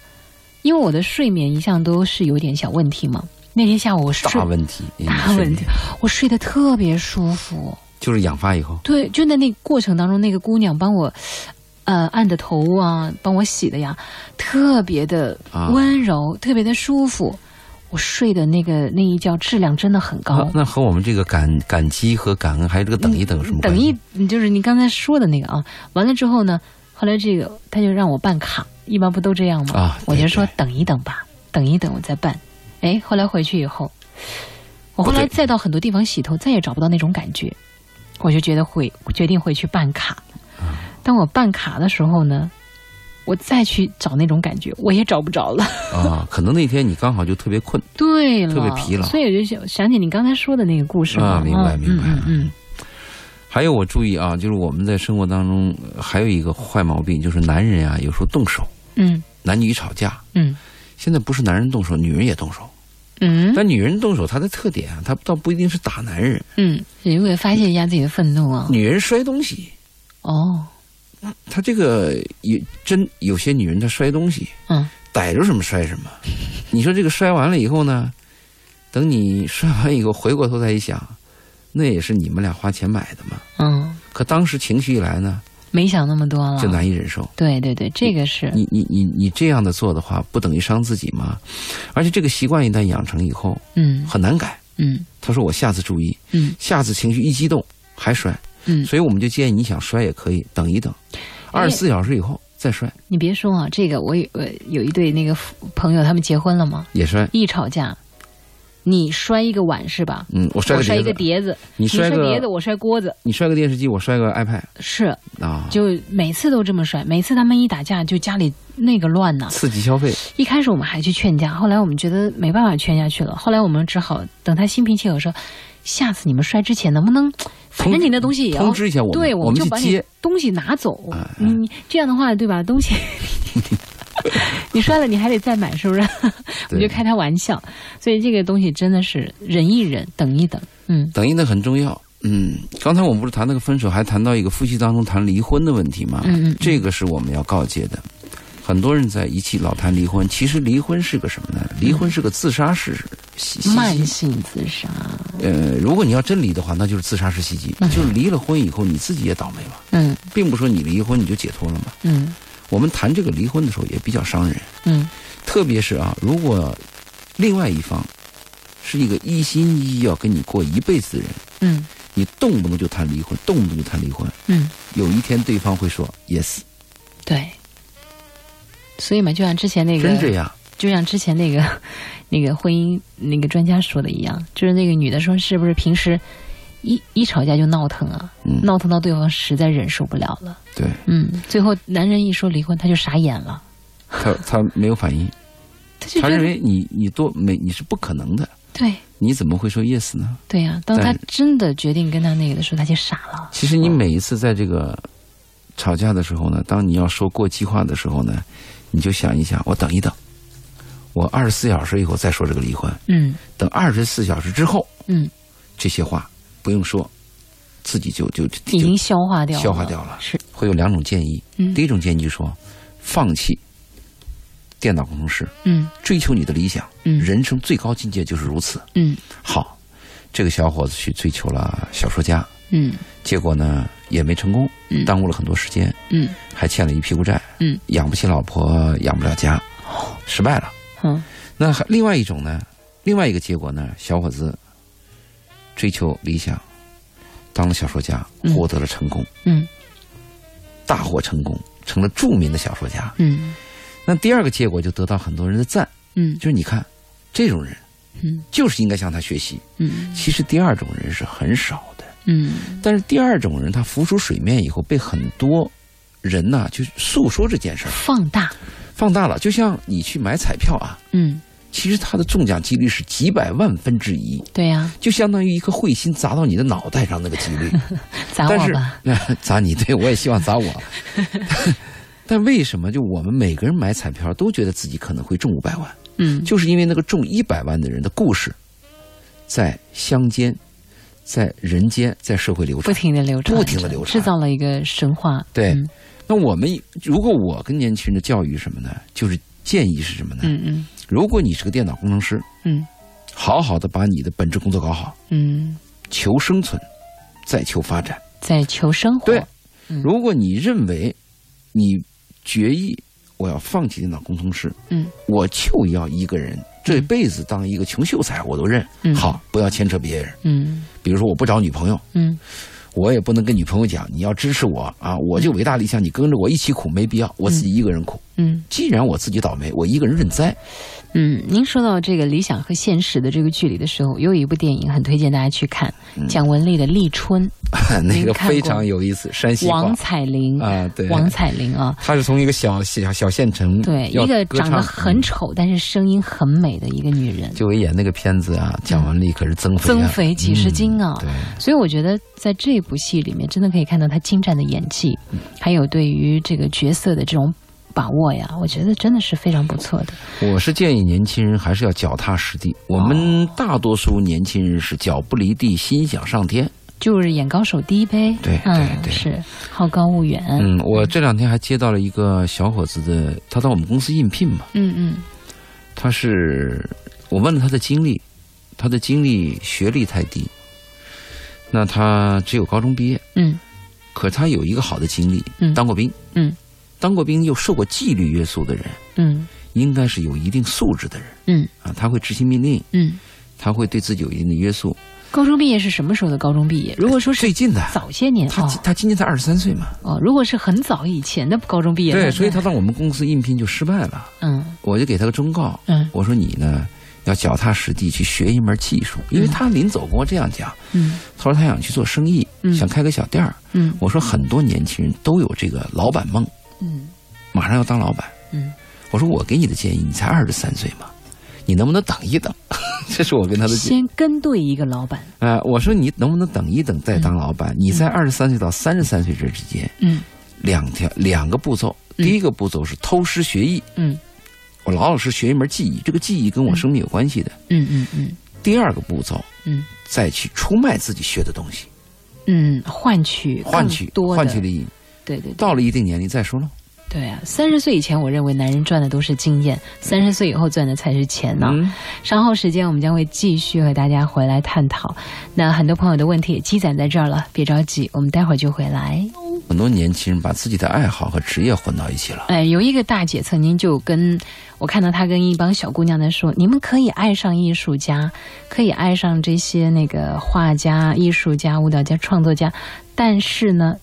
Speaker 1: 因为我的睡眠一向都是有点小问题嘛，那天下午我睡
Speaker 2: 大问题，
Speaker 1: 大问题，我睡得特别舒服。
Speaker 2: 就是养发以后，
Speaker 1: 对，就在那个过程当中，那个姑娘帮我。呃，按的头啊，帮我洗的呀，特别的
Speaker 2: 啊
Speaker 1: 温柔，特别的舒服。我睡的那个那一觉质量真的很高。
Speaker 2: 那啊那和我们这个感感激和感恩，还有这个等一等有什么关
Speaker 1: 嗯等
Speaker 2: 系？
Speaker 1: 一，你就是你刚才说的那个啊。完了之后呢，后来这个他就让我办卡，一般不都这样吗？
Speaker 2: 啊
Speaker 1: 我就说
Speaker 2: 对
Speaker 1: 等一等吧，等一等我再办。哎，后来回去以后，我后来
Speaker 2: 不
Speaker 1: 再到很多地方洗头，再也找不到那种感觉，我就觉得会决定回去办卡。
Speaker 2: 嗯
Speaker 1: 当我办卡的时候呢，我再去找那种感觉，我也找不着 了。
Speaker 2: 啊，可能那天你刚好就特别困，
Speaker 1: 对了，
Speaker 2: 特别疲劳
Speaker 1: 所以我就想想起你刚才说的那个故事
Speaker 2: 啊
Speaker 1: 了
Speaker 2: 明白
Speaker 1: 嗯
Speaker 2: 明白
Speaker 1: 嗯嗯
Speaker 2: 还有我注意啊，就是我们在生活当中呃还有一个坏毛病，就是男人啊有时候动手，
Speaker 1: 嗯
Speaker 2: 男女吵架，
Speaker 1: 嗯
Speaker 2: 现在不是男人动手，女人也动手，
Speaker 1: 嗯。嗯
Speaker 2: 但女人动手她的特点啊，她倒不一定是打男人，
Speaker 1: 嗯，也为发泄一下自己的愤怒啊。
Speaker 2: 女人摔东西，
Speaker 1: 哦，
Speaker 2: 她这个也真有些女人她摔东西，
Speaker 1: 嗯，
Speaker 2: 逮着什么摔什么。你说这个摔完了以后呢，等你摔完以后回过头再一想，那也是你们俩花钱买的嘛。
Speaker 1: 嗯，
Speaker 2: 可当时情绪一来呢，
Speaker 1: 没想那么多了
Speaker 2: 就。难以忍受。
Speaker 1: 对对对，这个是
Speaker 2: 你你你你这样的做的话，不等于伤自己吗？而且这个习惯一旦养成以后，
Speaker 1: 嗯
Speaker 2: 很难改。
Speaker 1: 嗯
Speaker 2: 他说我下次注意，
Speaker 1: 嗯
Speaker 2: 下次情绪一激动还摔，
Speaker 1: 嗯。哎
Speaker 2: 所以我们就建议你想摔也可以等一等，二十四小时以后再摔
Speaker 1: 你别说啊，这个我有呃有一对那个夫朋友，他们结婚了嘛，
Speaker 2: 也摔。
Speaker 1: 一吵架，你摔一个碗是吧？
Speaker 2: 嗯，我摔
Speaker 1: 我
Speaker 2: 个
Speaker 1: 摔
Speaker 2: 碟
Speaker 1: 一个
Speaker 2: 子，
Speaker 1: 碟子，
Speaker 2: 你
Speaker 1: 你摔
Speaker 2: 摔个
Speaker 1: 碟子，我摔锅子，
Speaker 2: 你摔个电视机，我摔个 iPad
Speaker 1: 是
Speaker 2: 啊，
Speaker 1: 就每次都这么摔，每次他们一打架就家里那个乱呐。
Speaker 2: 刺激消费。
Speaker 1: 一开始我们还去劝架，后来我们觉得没办法劝下去了，后来我们只好等他心平气和说，下次你们摔之前能不能，反正你那东西也要
Speaker 2: 通知一下我们，
Speaker 1: 啊对，
Speaker 2: 我
Speaker 1: 们
Speaker 2: 们
Speaker 1: 就
Speaker 2: 去
Speaker 1: 把你
Speaker 2: 接。
Speaker 1: 东西拿走
Speaker 2: 哎。
Speaker 1: 你你这样的话，对吧？东西你摔了，你还得再买， 是不是？我
Speaker 2: 对
Speaker 1: 们就开他玩笑。所以这个东西真的是忍一忍，等一等。嗯
Speaker 2: 等一等很重要。嗯，刚才我们不是谈那个分手，还谈到一个夫妻当中谈离婚的问题吗？
Speaker 1: 嗯嗯
Speaker 2: 这个是我们要告诫的。很多人在一起老谈离婚，其实离婚是个什么呢？离婚是个自杀式袭袭击
Speaker 1: 慢性自杀，
Speaker 2: 呃，如果你要真离的话，那就是自杀式袭击，就是离了婚以后你自己也倒霉了，
Speaker 1: 嗯
Speaker 2: 并不是说你离婚你就解脱了嘛。
Speaker 1: 嗯
Speaker 2: 我们谈这个离婚的时候也比较伤人，
Speaker 1: 嗯
Speaker 2: 特别是啊，如果另外一方是一个一心一意要跟你过一辈子的人，
Speaker 1: 嗯
Speaker 2: 你动不动就谈离婚，动不动就谈离婚，
Speaker 1: 嗯，
Speaker 2: 有一天对方会说 yes，
Speaker 1: 对。所以嘛，就像之前那
Speaker 2: 真这
Speaker 1: 个，
Speaker 2: 样，
Speaker 1: 就像之前那个那个婚姻那个专家说的一样，就是那个女的说，是不是平时一一吵架就闹腾啊，
Speaker 2: 嗯
Speaker 1: 闹腾到对方实在忍受不了了，
Speaker 2: 对
Speaker 1: 嗯，最后男人一说离婚，他就傻眼了，
Speaker 2: 他他没有反应，
Speaker 1: 他就
Speaker 2: 他
Speaker 1: 觉
Speaker 2: 认
Speaker 1: 得
Speaker 2: 为你你多没你是不可能的，
Speaker 1: 对
Speaker 2: 你怎么会说 yes 呢？
Speaker 1: 对呀、当他
Speaker 2: 但
Speaker 1: 真的决定跟他那个的时候，他就傻了，
Speaker 2: 其实你每一次在这个吵架的时候呢，当你要说过激话的时候呢，你就想一想，我等一等，我二十四小时以后再说这个离婚，
Speaker 1: 嗯
Speaker 2: 等二十四小时之后，
Speaker 1: 嗯，
Speaker 2: 这些话不用说，自己就就就
Speaker 1: 已经消化掉了，
Speaker 2: 消化掉了。
Speaker 1: 是，
Speaker 2: 会有两种建议，
Speaker 1: 嗯
Speaker 2: 第一种建议就说，放弃电脑工程师，
Speaker 1: 嗯
Speaker 2: 追求你的理想，
Speaker 1: 嗯
Speaker 2: 人生最高境界就是如此。
Speaker 1: 嗯
Speaker 2: 好，这个小伙子去追求了小说家，
Speaker 1: 嗯
Speaker 2: 结果呢也没成功，
Speaker 1: 嗯
Speaker 2: 耽误了很多时间。
Speaker 1: 嗯
Speaker 2: 还欠了一屁股债，
Speaker 1: 嗯，
Speaker 2: 养不起老婆，养不了家，失败了。
Speaker 1: 嗯
Speaker 2: 那还另外一种呢？另外一个结果呢？小伙子追求理想，当了小说家，
Speaker 1: 嗯
Speaker 2: 获得了成功，
Speaker 1: 嗯
Speaker 2: 大获成功，成了著名的小说家。
Speaker 1: 嗯
Speaker 2: 那第二个结果就得到很多人的赞，
Speaker 1: 嗯
Speaker 2: 就是你看，这种人
Speaker 1: 嗯
Speaker 2: 就是应该向他学习。
Speaker 1: 嗯
Speaker 2: 其实第二种人是很少的，
Speaker 1: 嗯
Speaker 2: 但是第二种人他浮出水面以后，被很多人呐、就诉说这件事儿，
Speaker 1: 放大，
Speaker 2: 放大了。就像你去买彩票啊，
Speaker 1: 嗯，
Speaker 2: 其实它的中奖几率是几百万分之一，
Speaker 1: 对呀、
Speaker 2: 就相当于一颗彗星砸到你的脑袋上那个 几率。
Speaker 1: 砸
Speaker 2: 但
Speaker 1: 我
Speaker 2: 是
Speaker 1: 吧，
Speaker 2: 砸你，对我也希望砸我。 但为什么就我们每个人买彩票都觉得自己可能会中五百万，
Speaker 1: 嗯
Speaker 2: 就是因为那个中一百万的人的故事，在乡间，在人间，在社会流
Speaker 1: 不
Speaker 2: 传。
Speaker 1: 停的流传着，
Speaker 2: 不停地流传
Speaker 1: 制造了一个神话。
Speaker 2: 对
Speaker 1: 嗯
Speaker 2: 那我们如果我跟年轻人的教育是什么呢？就是建议是什么呢？
Speaker 1: 嗯嗯
Speaker 2: 如果你是个电脑工程师，
Speaker 1: 嗯
Speaker 2: 好好的把你的本职工作搞好，
Speaker 1: 嗯，
Speaker 2: 求生存，再求发展。
Speaker 1: 在求生活。
Speaker 2: 对
Speaker 1: 嗯
Speaker 2: 如果你认为你决议我要放弃电脑工程师，
Speaker 1: 嗯
Speaker 2: 我就要一个人这辈子当一个穷秀才我都认。
Speaker 1: 嗯
Speaker 2: 好，不要牵扯别人。
Speaker 1: 嗯
Speaker 2: 比如说，我不找女朋友，
Speaker 1: 嗯
Speaker 2: 我也不能跟女朋友讲你要支持我啊，我就伟大理想，你跟着我一起苦，没必要，我自己一个人苦。
Speaker 1: 嗯
Speaker 2: 既然我自己倒霉，我一个人认栽。
Speaker 1: 嗯，您说到这个理想和现实的这个距离的时候，有一部电影很推荐大家去看，
Speaker 2: 嗯
Speaker 1: 蒋雯丽的《立春
Speaker 2: 那
Speaker 1: 您
Speaker 2: 个
Speaker 1: 看过
Speaker 2: 非常有意思，山》，西话
Speaker 1: 王彩玲
Speaker 2: 啊，对，嗯
Speaker 1: 王彩玲啊，
Speaker 2: 她是从一个小小小县城，
Speaker 1: 对，一个长得很丑但是声音很美的一个女人，
Speaker 2: 嗯就为演那个片子啊，蒋雯丽可是增肥、
Speaker 1: 嗯
Speaker 2: 啊，
Speaker 1: 增肥几十斤啊。
Speaker 2: 嗯对，
Speaker 1: 所以我觉得在这部戏里面，真的可以看到他精湛的演技，
Speaker 2: 嗯
Speaker 1: 还有对于这个角色的这种把握呀，我觉得真的是非常不错的。
Speaker 2: 我是建议年轻人还是要脚踏实地。
Speaker 1: 哦
Speaker 2: 我们大多数年轻人是脚不离地，心想上天。
Speaker 1: 就是眼高手低呗，
Speaker 2: 对
Speaker 1: 嗯，
Speaker 2: 对对
Speaker 1: 是好高骛远，
Speaker 2: 嗯，我这两天还接到了一个小伙子的，他到我们公司应聘嘛，
Speaker 1: 嗯嗯
Speaker 2: 他是我问了他的经历，他的经历学历太低，那他只有高中毕业，
Speaker 1: 嗯
Speaker 2: 可他有一个好的经历，
Speaker 1: 嗯
Speaker 2: 当过兵，
Speaker 1: 嗯，
Speaker 2: 当过兵又受过纪律约束的人，
Speaker 1: 嗯
Speaker 2: 应该是有一定素质的人
Speaker 1: 嗯
Speaker 2: 啊，他会执行命令，
Speaker 1: 嗯。
Speaker 2: 他会对自己有一定的约束。哎
Speaker 1: 高中毕业是什么时候的高中毕业？如果说是
Speaker 2: 最近的，
Speaker 1: 早些年
Speaker 2: 他
Speaker 1: 哦
Speaker 2: 今他今年才二十三岁嘛，
Speaker 1: 哦，如果是很早以前的高中毕业，那
Speaker 2: 对，所以他到我们公司应聘就失败了。
Speaker 1: 嗯
Speaker 2: 我就给他个忠告，
Speaker 1: 嗯
Speaker 2: 我说你呢要脚踏实地去学一门技术，因为他临走跟我这样讲，
Speaker 1: 嗯
Speaker 2: 他说他想去做生意，
Speaker 1: 嗯
Speaker 2: 想开个小店儿。
Speaker 1: 嗯
Speaker 2: 我说很多年轻人都有这个老板梦，
Speaker 1: 嗯
Speaker 2: 马上要当老板。
Speaker 1: 嗯，
Speaker 2: 我说我给你的建议，你才二十三岁嘛，你能不能等一等？ 这是我跟他的建议。
Speaker 1: 先跟对一个老板，
Speaker 2: 呃，我说你能不能等一等再当老板？你在二十三岁到三十三岁这之间，
Speaker 1: 嗯
Speaker 2: 两条两个步骤，
Speaker 1: 嗯
Speaker 2: 第一个步骤是偷师学艺，
Speaker 1: 嗯
Speaker 2: 我老老实实学一门技艺，这个技艺跟我生命有关系的。
Speaker 1: 嗯嗯嗯
Speaker 2: 第二个步骤，
Speaker 1: 嗯
Speaker 2: 再去出卖自己学的东西，
Speaker 1: 嗯，换取更
Speaker 2: 换取
Speaker 1: 多的
Speaker 2: 换取利益。
Speaker 1: 对对对
Speaker 2: 到了一定年龄再说喽。
Speaker 1: 对啊！三十岁以前，我认为男人赚的都是经验，三十岁以后赚的才是钱呢、
Speaker 2: 嗯，
Speaker 1: 稍后时间我们将会继续和大家回来探讨。那很多朋友的问题也积攒在这儿了，别着急，我们待会儿就回来。
Speaker 2: 很多年轻人把自己的爱好和职业混到一起了。
Speaker 1: 哎，有一个大姐曾经就跟我看到她跟一帮小姑娘在说：“你们可以爱上艺术家，可以爱上这些那个画家、艺术家、舞蹈家、创作家，但是呢，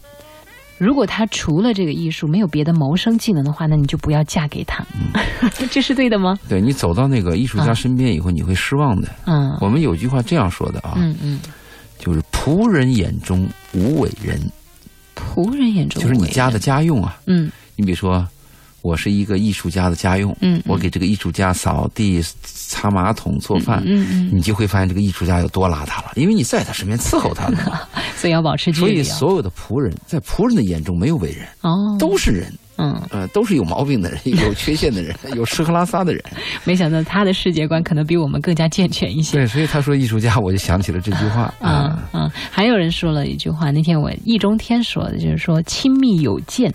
Speaker 1: 如果他除了这个艺术没有别的谋生技能的话，那你就不要嫁给他。
Speaker 2: 嗯
Speaker 1: 这是对的吗？
Speaker 2: 对你走到那个艺术家
Speaker 1: 啊
Speaker 2: 身边以后，你会失望的。
Speaker 1: 嗯嗯
Speaker 2: 我们有句话这样说的啊，
Speaker 1: 嗯嗯
Speaker 2: 就是“仆仆人眼中无伟人，
Speaker 1: 仆人眼中
Speaker 2: 就是你家的家用啊。
Speaker 1: 嗯
Speaker 2: 你比如说，我是一个艺术家的家用，
Speaker 1: 嗯，
Speaker 2: 我给这个艺术家扫地、擦马桶、做饭，
Speaker 1: 嗯嗯，
Speaker 2: 你就会发现这个艺术家有多邋遢了，因为你在他身边伺 候他呢嘛。
Speaker 1: 所以要保持距
Speaker 2: 所以
Speaker 1: 离啊。
Speaker 2: 所有的仆人，在仆人的眼中没有伟人，
Speaker 1: 哦，
Speaker 2: 都是人，
Speaker 1: 嗯，
Speaker 2: 呃，都是有毛病 的人，有缺陷的人， 有吃喝拉撒的人。
Speaker 1: 没想到他的世界观可能比我们更加健全一些。
Speaker 2: 对，所以他说艺术家，我就想起了这句话
Speaker 1: 啊
Speaker 2: 啊。
Speaker 1: 啊！还有人说了一句话，那天我易中天说的，就是说亲密有间。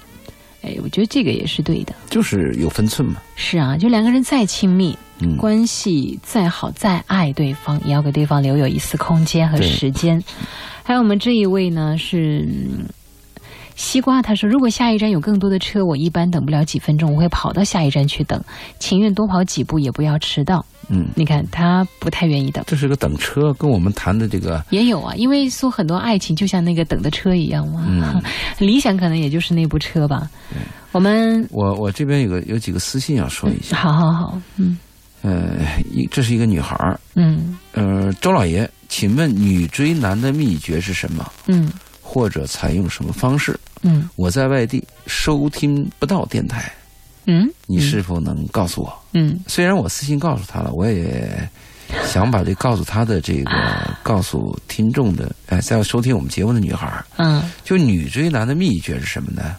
Speaker 1: 哎，我觉得这个也是对的。
Speaker 2: 就是有分寸嘛。
Speaker 1: 是啊，就两个人再亲密，
Speaker 2: 嗯，
Speaker 1: 关系再好，再爱对方，也要给对方留有一丝空间和
Speaker 2: 对
Speaker 1: 时间。还有我们这一位呢是。嗯西瓜他说：“如果下一站有更多的车，我一般等不了几分钟，我会跑到下一站去等，情愿多跑几步也不要迟到。
Speaker 2: 嗯，
Speaker 1: 你看他不太愿意等，
Speaker 2: 这是个等车，跟我们谈的这个
Speaker 1: 也有啊，因为说很多爱情就像那个等的车一样嘛，
Speaker 2: 嗯
Speaker 1: 理想可能也就是那部车吧。我们
Speaker 2: 我我这边有个有几个私信要说一下，
Speaker 1: 好好好，嗯
Speaker 2: 呃，一这是一个女孩儿，
Speaker 1: 嗯
Speaker 2: 呃，周老爷，请问女追男的秘诀是什么，
Speaker 1: 嗯
Speaker 2: 或者采用什么方式？
Speaker 1: 嗯
Speaker 2: 我在外地收听不到电台，
Speaker 1: 嗯，
Speaker 2: 你是否能告诉我？
Speaker 1: 嗯
Speaker 2: 虽然我私信告诉他了，我也想把这告诉他的 这个告诉听众的，哎、在收听我们节目的女孩儿，
Speaker 1: 嗯
Speaker 2: 就女追男的秘诀是什么呢？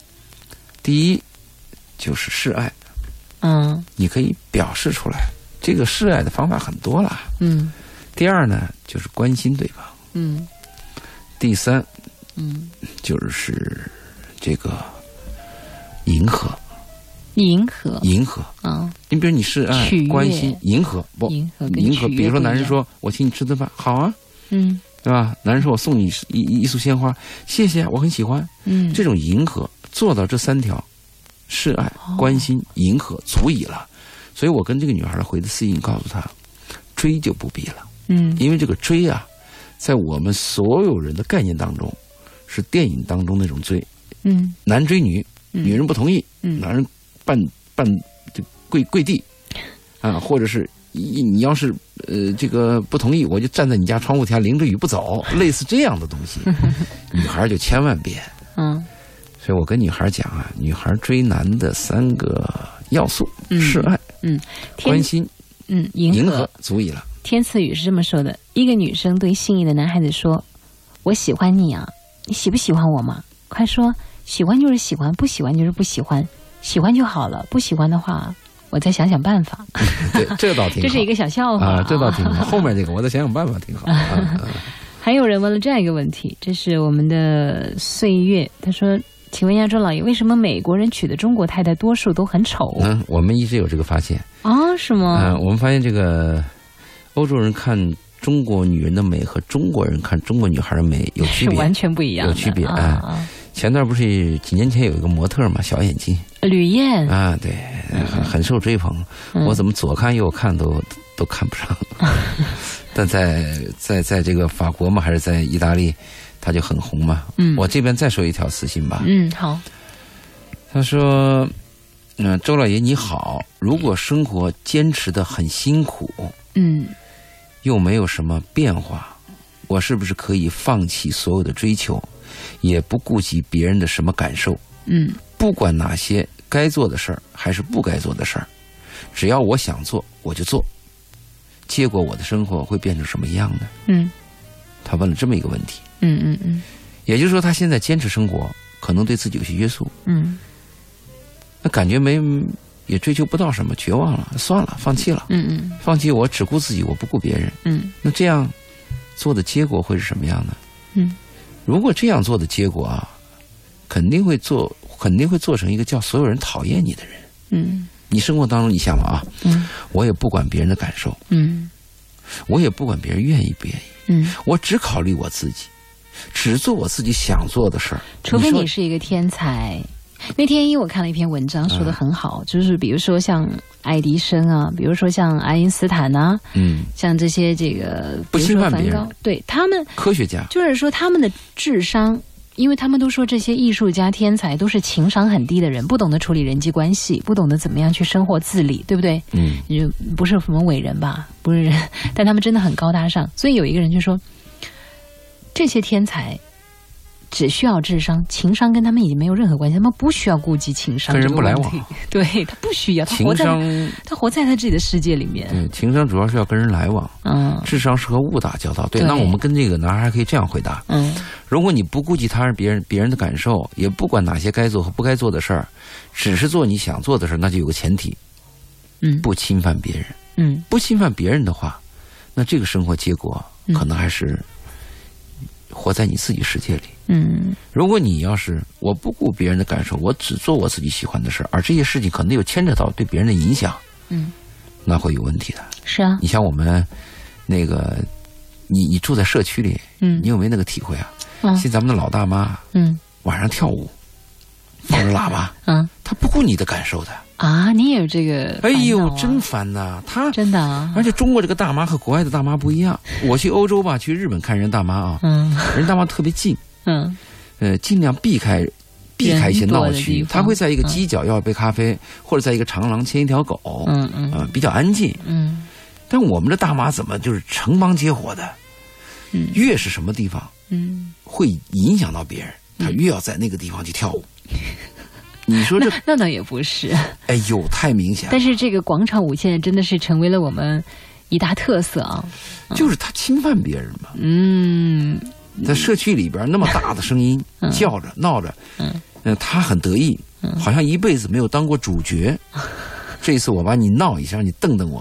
Speaker 2: 第一就是示爱，
Speaker 1: 嗯
Speaker 2: 你可以表示出来。这个示爱的方法很多了。
Speaker 1: 嗯
Speaker 2: 第二呢，就是关心对方；
Speaker 1: 嗯
Speaker 2: 第三
Speaker 1: 嗯，
Speaker 2: 就是这个迎合，
Speaker 1: 迎合
Speaker 2: 迎合。
Speaker 1: 啊，
Speaker 2: 你比如你示爱
Speaker 1: 取悦、
Speaker 2: 关心、迎合，不
Speaker 1: 迎合跟
Speaker 2: 迎合。
Speaker 1: 取悦
Speaker 2: 比如说，
Speaker 1: 不一
Speaker 2: 男人
Speaker 1: 样
Speaker 2: 说我请你吃顿饭，好啊，
Speaker 1: 嗯
Speaker 2: 对吧？男人说我送你一一一束鲜花，谢谢，我很喜欢。
Speaker 1: 嗯，
Speaker 2: 这种迎合做到这三条，示爱、
Speaker 1: 哦
Speaker 2: 关心、迎合，足以了。所以我跟这个女孩回的私信告诉她，追就不必了，
Speaker 1: 嗯
Speaker 2: 因为这个追啊，在我们所有人的概念当中，是电影当中那种追，
Speaker 1: 嗯
Speaker 2: 男追女，女人不同意，
Speaker 1: 嗯
Speaker 2: 男人半半就跪跪地啊，或者是一你要是呃这个不同意，我就站在你家窗户前淋着雨 不走，类似这样的东西，女孩就千万别。
Speaker 1: 嗯
Speaker 2: 所以我跟女孩讲啊，女孩追男的三个要素：
Speaker 1: 嗯
Speaker 2: 示爱、
Speaker 1: 天
Speaker 2: 关心、
Speaker 1: 嗯
Speaker 2: 迎
Speaker 1: 迎合
Speaker 2: 合，足以了。
Speaker 1: 天赐予是这么说的：一个女生对心仪的男孩子说：“我喜欢你啊，你喜不喜欢我嘛？快说，喜欢就是喜欢，不喜欢就是不喜欢，喜欢就好了，不喜欢的话，我再想想办法。
Speaker 2: 对，这倒”挺
Speaker 1: 这
Speaker 2: 好。
Speaker 1: 是一个哦小笑话
Speaker 2: 啊，这倒挺好。后面这个我再想想办法，挺 好。啊啊
Speaker 1: 还有人问了这样一个问题，这是我们的岁月，他说：“请问亚洲老爷，为什么美国人娶的中国太太多数都很丑
Speaker 2: 嗯，我们一直有这个发现。
Speaker 1: 啊？是
Speaker 2: 嗯、
Speaker 1: 吗？
Speaker 2: 我们发现这个欧洲人看中国女人的美和中国人看中国女孩的美有区
Speaker 1: 是
Speaker 2: 别
Speaker 1: 完。全不一样的，
Speaker 2: 有区别
Speaker 1: 啊
Speaker 2: 哎
Speaker 1: 啊！
Speaker 2: 前段不是几年前有一个模特嘛，小眼睛
Speaker 1: 吕燕，
Speaker 2: 啊，对，很很受追捧。
Speaker 1: 嗯
Speaker 2: 我怎么左看右看都都看 不上。但在在在这个法国嘛，还是在意大利，他就很红嘛。
Speaker 1: 嗯
Speaker 2: 我这边再说一条私信吧。
Speaker 1: 嗯好
Speaker 2: 他说：“嗯、周老爷你好，如果生活坚持的很辛苦，
Speaker 1: 嗯
Speaker 2: 又没有什么变化，我是不是可以放弃所有的追求，也不顾及别人的什么感受？
Speaker 1: 嗯
Speaker 2: 不管哪些该做的事儿还是不该做的事儿，只要我想做我就做，结果我的生活会变成什么样呢？
Speaker 1: 嗯
Speaker 2: 他问了这么一个问题，
Speaker 1: 嗯嗯嗯
Speaker 2: 也就是说他现在坚持生活，可能对自己有些约束，
Speaker 1: 嗯
Speaker 2: 那感觉没也追求不到什么，绝望了，算了，放弃了，
Speaker 1: 嗯嗯
Speaker 2: 放弃我只顾自己，我不顾别人，
Speaker 1: 嗯
Speaker 2: 那这样做的结果会是什么样呢？
Speaker 1: 嗯
Speaker 2: 如果这样做的结果啊，肯定会做，肯定会做成一个叫所有人讨厌你的人。
Speaker 1: 嗯
Speaker 2: 你生活当中，你想啊，
Speaker 1: 嗯
Speaker 2: 我也不管别人的感受，
Speaker 1: 嗯
Speaker 2: 我也不管别人愿意不愿意，
Speaker 1: 嗯，
Speaker 2: 我只考虑我自己，只做我自己想做的事儿。
Speaker 1: 除非
Speaker 2: 说
Speaker 1: 你是一个天才。那天因为我看了一篇文章，说的很好，就是比如说像爱迪生啊，比如说像爱因斯坦啊，
Speaker 2: 嗯，
Speaker 1: 像这些这个
Speaker 2: 不
Speaker 1: 比如
Speaker 2: 侵
Speaker 1: 说
Speaker 2: 犯
Speaker 1: 梵
Speaker 2: 别人
Speaker 1: 高，对他们
Speaker 2: 科学家，
Speaker 1: 就是说他们的智商。因为他们都说这些艺术家、天才都是情商很低的人，不懂得处理人际关系，不懂得怎么样去生活自理，对不对？
Speaker 2: 嗯
Speaker 1: 就不是什么伟人吧，不是人，但他们真的很高大上。所以有一个人就说，这些天才只需要智商，情商跟他们已经没有任何关系，他们不需要顾及情商
Speaker 2: 跟人
Speaker 1: 这个
Speaker 2: 不来
Speaker 1: 问
Speaker 2: 往
Speaker 1: 题。对他不需要，他活 在
Speaker 2: 情商，
Speaker 1: 他活在他自己的世界里面。
Speaker 2: 对情商主要是要跟人来往，
Speaker 1: 嗯
Speaker 2: 智商是和物打交道。对，
Speaker 1: 对
Speaker 2: 那我们跟这个男孩可以这样回答：
Speaker 1: 嗯
Speaker 2: 如果你不顾及他人、别人、别人的感受，也不管哪些该做和不该做的事儿，只是做你想做的事儿，那就有个前提，
Speaker 1: 嗯
Speaker 2: 不侵犯别人。
Speaker 1: 嗯
Speaker 2: 不侵犯别人的话，那这个生活结果
Speaker 1: 嗯
Speaker 2: 可能还是活在你自己世界里。
Speaker 1: 嗯
Speaker 2: 如果你要是我不顾别人的感受，我只做我自己喜欢的事儿，而这些事情可能有牵扯到对别人的影响，
Speaker 1: 嗯，
Speaker 2: 那会有问题的。
Speaker 1: 是啊，
Speaker 2: 你像我们那个，你你住在社区里，
Speaker 1: 嗯
Speaker 2: 你有没有那个体会啊？
Speaker 1: 嗯
Speaker 2: 像咱们的老大妈
Speaker 1: 嗯
Speaker 2: 晚上跳舞，放着喇叭，
Speaker 1: 啊
Speaker 2: 她不顾你的感受的。
Speaker 1: 啊，你也有这个烦
Speaker 2: 哎
Speaker 1: 恼啊、
Speaker 2: 呦，真烦呐、她
Speaker 1: 真的啊，
Speaker 2: 而且中国这个大妈和国外的大妈不一样。我去欧洲吧，去日本看人大妈啊，
Speaker 1: 嗯
Speaker 2: 人大妈特别近，
Speaker 1: 嗯
Speaker 2: 呃，尽量避开避开一些闹
Speaker 1: 人多的地
Speaker 2: 区，
Speaker 1: 方嗯
Speaker 2: 她会在一个犄角要一杯咖啡，或者在一个长廊牵一条狗，啊、
Speaker 1: 嗯嗯
Speaker 2: 比较安静。
Speaker 1: 嗯
Speaker 2: 但我们的大妈怎么就是成帮结伙的？
Speaker 1: 嗯
Speaker 2: 越是什么地方
Speaker 1: 嗯，
Speaker 2: 会影响到别人，她越要在那个地方去跳舞。你说这，
Speaker 1: 那倒也不是，
Speaker 2: 哎呦，太明显了
Speaker 1: 但，是这个广场舞现在真的是成为了我们一大特色啊。
Speaker 2: 就是她侵犯别人嘛。
Speaker 1: 嗯
Speaker 2: 在社区里边那么大的声音、
Speaker 1: 嗯
Speaker 2: 叫着闹着，
Speaker 1: 嗯
Speaker 2: 呃，他很得意，好像一辈子没有当过 主角。这一次我把你闹一下，你瞪瞪我，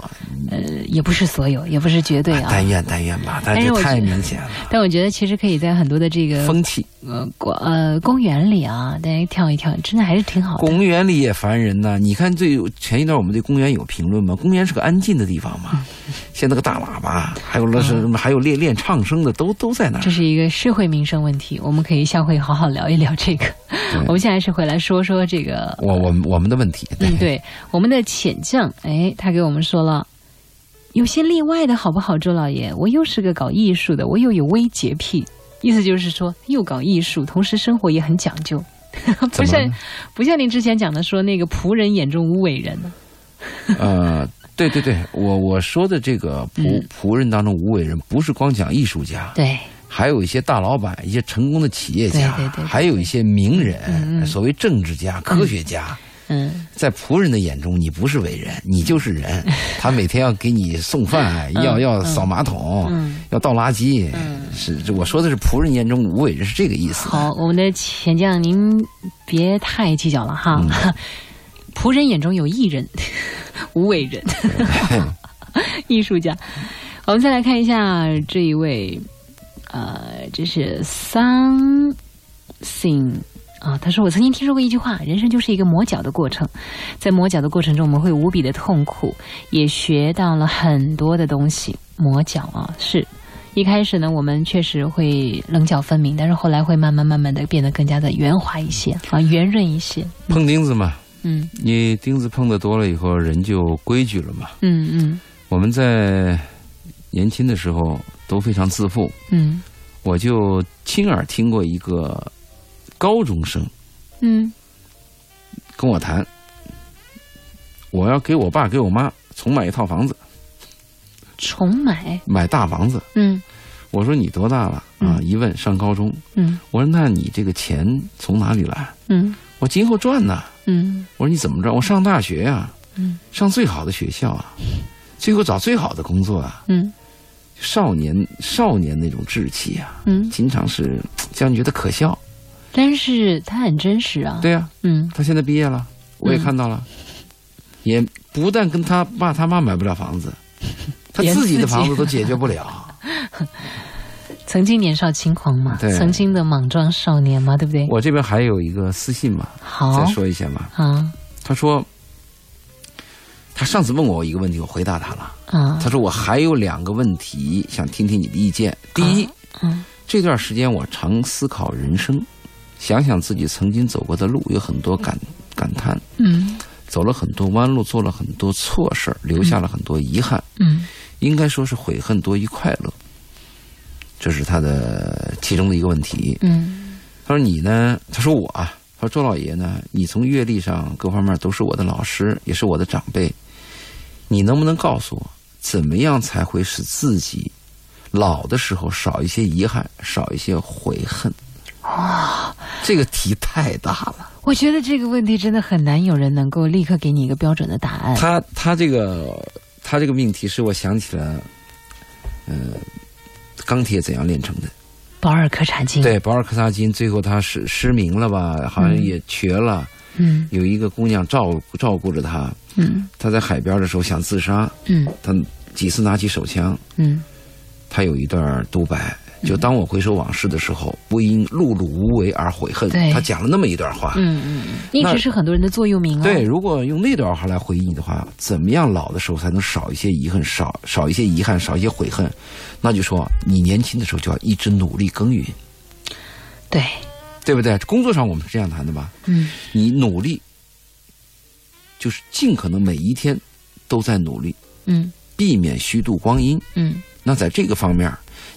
Speaker 1: 呃，也不是所有，也不是绝对啊。
Speaker 2: 但愿但愿吧，但
Speaker 1: 哎
Speaker 2: 这
Speaker 1: 我
Speaker 2: 太
Speaker 1: 觉
Speaker 2: 明显了，
Speaker 1: 但我觉得其实可以在很多的这个
Speaker 2: 风气。
Speaker 1: 呃广呃公园里啊，大家跳一跳，真的还是挺好的。
Speaker 2: 公园里也烦人呐、你看最前一段我们对公园有评论吗？公园是个安静的地方嘛，
Speaker 1: 嗯
Speaker 2: 现在个大喇叭，还有那是还有练练唱声的，都都在那儿
Speaker 1: 这。是一个社会民生问题，我们可以下回好好聊一聊这个。我们现在是回来说说这个
Speaker 2: 我我们我们的问题，
Speaker 1: 嗯，对，我们的浅酱，哎，他给我们说了，有些例外的好不好，周老爷？我又是个搞艺术的，我又有微洁癖，意思就是说，又搞艺术，同时生活也很讲究， 不
Speaker 2: 怎么
Speaker 1: 像
Speaker 2: 了
Speaker 1: 不像您之前讲的说那个仆人眼中无伟人，
Speaker 2: 呃，对对对，我我说的这个仆
Speaker 1: 嗯
Speaker 2: 仆人当中无伟人，不是光讲艺术家，
Speaker 1: 对，
Speaker 2: 还有一些大老板、一些成功的企业家，
Speaker 1: 对对对对
Speaker 2: 还有一些名人，
Speaker 1: 嗯嗯
Speaker 2: 所谓政治家、科学家，
Speaker 1: 嗯，
Speaker 2: 在仆人的眼中，你不是伟人，你就是人。 他每天要给你送饭，
Speaker 1: 嗯
Speaker 2: 要要
Speaker 1: 嗯
Speaker 2: 扫马桶，
Speaker 1: 嗯
Speaker 2: 要倒垃圾。是这我说的是仆人眼中无伟人是这个意 思。
Speaker 1: 好，我们的浅酱，您别太计较了哈， 仆人眼中有艺人， 无伟人。嗯 艺术家。我们再来看一下这一位，呃，这是 something 啊，他说我曾经听说过一句话，人生就是一个磨脚的过程，在磨脚的过程中，我们会无比的痛苦，也学到了很多的东西。磨脚啊，是。一开始呢，我们确实会棱角分明，但是后来会慢慢慢慢的变得更加的圆滑一些啊，圆润一些。
Speaker 2: 碰钉子嘛，
Speaker 1: 嗯
Speaker 2: 你钉子碰的多了以后，人就规矩了嘛。
Speaker 1: 嗯嗯
Speaker 2: 我们在年轻的时候都非常自负，
Speaker 1: 嗯
Speaker 2: 我就亲耳听过一个高中生
Speaker 1: 嗯
Speaker 2: 跟我谈，我要给我爸给我妈重买一套房子，
Speaker 1: 重买。
Speaker 2: 买大房子。
Speaker 1: 嗯
Speaker 2: 我说你多大了啊？
Speaker 1: 嗯
Speaker 2: 一问上高中。
Speaker 1: 嗯
Speaker 2: 我说那你这个钱从哪里来？
Speaker 1: 嗯
Speaker 2: 我今后赚呐。
Speaker 1: 嗯
Speaker 2: 我说你怎么赚？我上大学呀、
Speaker 1: 嗯
Speaker 2: 上最好的学校啊，最后找最好的工作啊。
Speaker 1: 嗯
Speaker 2: 少年少年那种志气啊，
Speaker 1: 嗯，
Speaker 2: 经常是叫你觉得可笑。啊
Speaker 1: 但是他很真实啊。，
Speaker 2: 对呀、
Speaker 1: 嗯
Speaker 2: 他现在毕业了，我也
Speaker 1: 嗯
Speaker 2: 看到了，也不但跟他爸他妈买不了 房子，他
Speaker 1: 连
Speaker 2: 自己的
Speaker 1: 自己
Speaker 2: 房子都解决不了。
Speaker 1: 曾经年少轻狂嘛，
Speaker 2: 对
Speaker 1: 曾经的莽撞少年嘛，对不对？
Speaker 2: 我这边还有一个私信嘛，
Speaker 1: 好
Speaker 2: 再说一下嘛。
Speaker 1: 啊
Speaker 2: 他说，他上次问我一个问题，我回答他了。
Speaker 1: 啊
Speaker 2: 他说我还有两个问题想听听你的意见。第一，
Speaker 1: 嗯
Speaker 2: 这段时间我常思考人生，想想自己曾经走过的路，有很多感感叹，
Speaker 1: 嗯
Speaker 2: 走了很多弯路，做了很多错事儿，留下了很多遗憾。
Speaker 1: 嗯
Speaker 2: 应该说是悔恨多于快乐，这是他的其中的一个问题。
Speaker 1: 嗯
Speaker 2: 他说你呢？他说我啊，他说周老爷呢？你从阅历上各方面都是我的老师，也是我的长辈，你能不能告诉我，怎么样才会使自己老的时候少一些遗憾，少一些悔恨。
Speaker 1: 哇，
Speaker 2: 这个题太大了。
Speaker 1: 我觉得这个问题真的很难有人能够立刻给你一个标准的答案。
Speaker 2: 他他这个他这个命题使我想起了，嗯、钢铁怎样炼成的？
Speaker 1: 保尔柯察金，，
Speaker 2: 对，保尔柯察金最后他失失明了吧？好像
Speaker 1: 嗯
Speaker 2: 也瘸了，
Speaker 1: 嗯
Speaker 2: 有一个姑娘照顾照顾着他。
Speaker 1: 嗯
Speaker 2: 他在海边的时候想自杀，
Speaker 1: 嗯
Speaker 2: 他几次拿起手枪。
Speaker 1: 嗯，
Speaker 2: 他有一段独白，就当我回首往事的时候，不因碌碌无为而悔恨
Speaker 1: 对。
Speaker 2: 他讲了那么一段话。
Speaker 1: 嗯嗯，嗯，一直是很多人的座右铭哦。
Speaker 2: 对，，如果用那段话来回忆的话，怎么样老的时候才能少一些遗憾，少少一些遗憾，少一些悔恨？那就说你年轻的时候就要一直努力耕耘，
Speaker 1: 对，
Speaker 2: 对不对？工作上我们是这样谈的吧？
Speaker 1: 嗯
Speaker 2: 你努力，就是尽可能每一天都在努力，
Speaker 1: 嗯
Speaker 2: 避免虚度光阴。
Speaker 1: 嗯，
Speaker 2: 那在这个方面，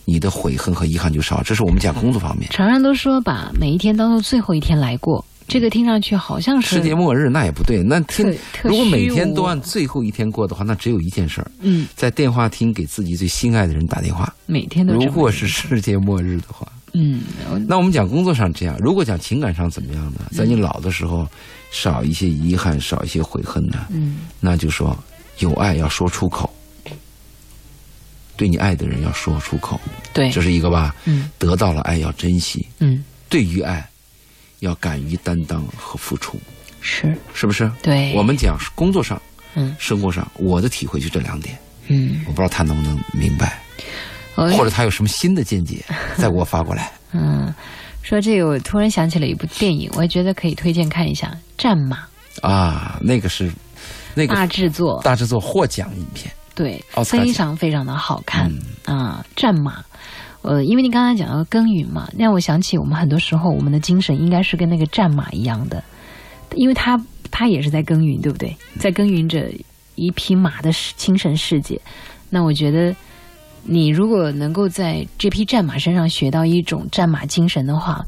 Speaker 2: 你的悔恨和遗憾就少。这是我们讲工作方面。
Speaker 1: 常常都说把每一天当做最后一天来过，这个听上去好像是
Speaker 2: 世界末日那也不对，那
Speaker 1: 特
Speaker 2: 天
Speaker 1: 特
Speaker 2: 如果每天
Speaker 1: 虚无
Speaker 2: 都按最后一天过的话，那只有一件事儿，
Speaker 1: 嗯
Speaker 2: 在电话厅给自己最心爱的人打电话。
Speaker 1: 每天都这么
Speaker 2: 如果是世界末日的话，
Speaker 1: 嗯我
Speaker 2: 那我们讲工作上这样，如果讲情感上怎么样呢？在你老的时候，少一些遗憾，少一些悔恨呢？
Speaker 1: 嗯
Speaker 2: 那就说有爱要说出口，对你爱的人要说出口，
Speaker 1: 对
Speaker 2: 这是一个吧？
Speaker 1: 嗯
Speaker 2: 得到了爱要珍惜，
Speaker 1: 嗯
Speaker 2: 对于爱要敢于担当和付出，
Speaker 1: 是
Speaker 2: 是不是？
Speaker 1: 对
Speaker 2: 我们讲工作上、
Speaker 1: 哎嗯
Speaker 2: 生活上，我的体会就这两点，
Speaker 1: 嗯
Speaker 2: 我不知道他能不能明白，
Speaker 1: 我
Speaker 2: 或者他有什么新的见解，再给我发过来。
Speaker 1: 嗯说这个我突然想起了一部电影，我也觉得可以推荐看一下《战马》
Speaker 2: 啊，那个是那个
Speaker 1: 大制作
Speaker 2: 大制作获奖影片，
Speaker 1: 对，
Speaker 2: 奥斯卡
Speaker 1: 非
Speaker 2: 奖嗯
Speaker 1: 常非常的好看啊、战马。呃，因为你刚才讲到耕耘嘛，让我想起我们很多时候我们的精神应该是跟那个战马一样的，因为它它也是在耕耘，对不对？
Speaker 2: 嗯
Speaker 1: 在耕耘着一匹马的世精神世界。那我觉得，你如果能够在这匹战马身上学到一种战马精神的话，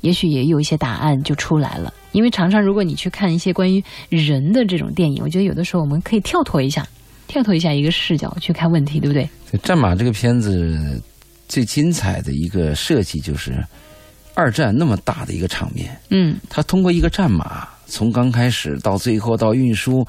Speaker 1: 也许也有一些答案就出来了。因为常常如果你去看一些关于人的这种电影，我觉得有的时候我们可以跳脱一下，跳脱一下一个视角去看问题，对不对？
Speaker 2: 对《战马》这个片子最精彩的一个设计就是二战那么大的一个场面，
Speaker 1: 嗯
Speaker 2: 它通过一个战马。从刚开始到最后到运输，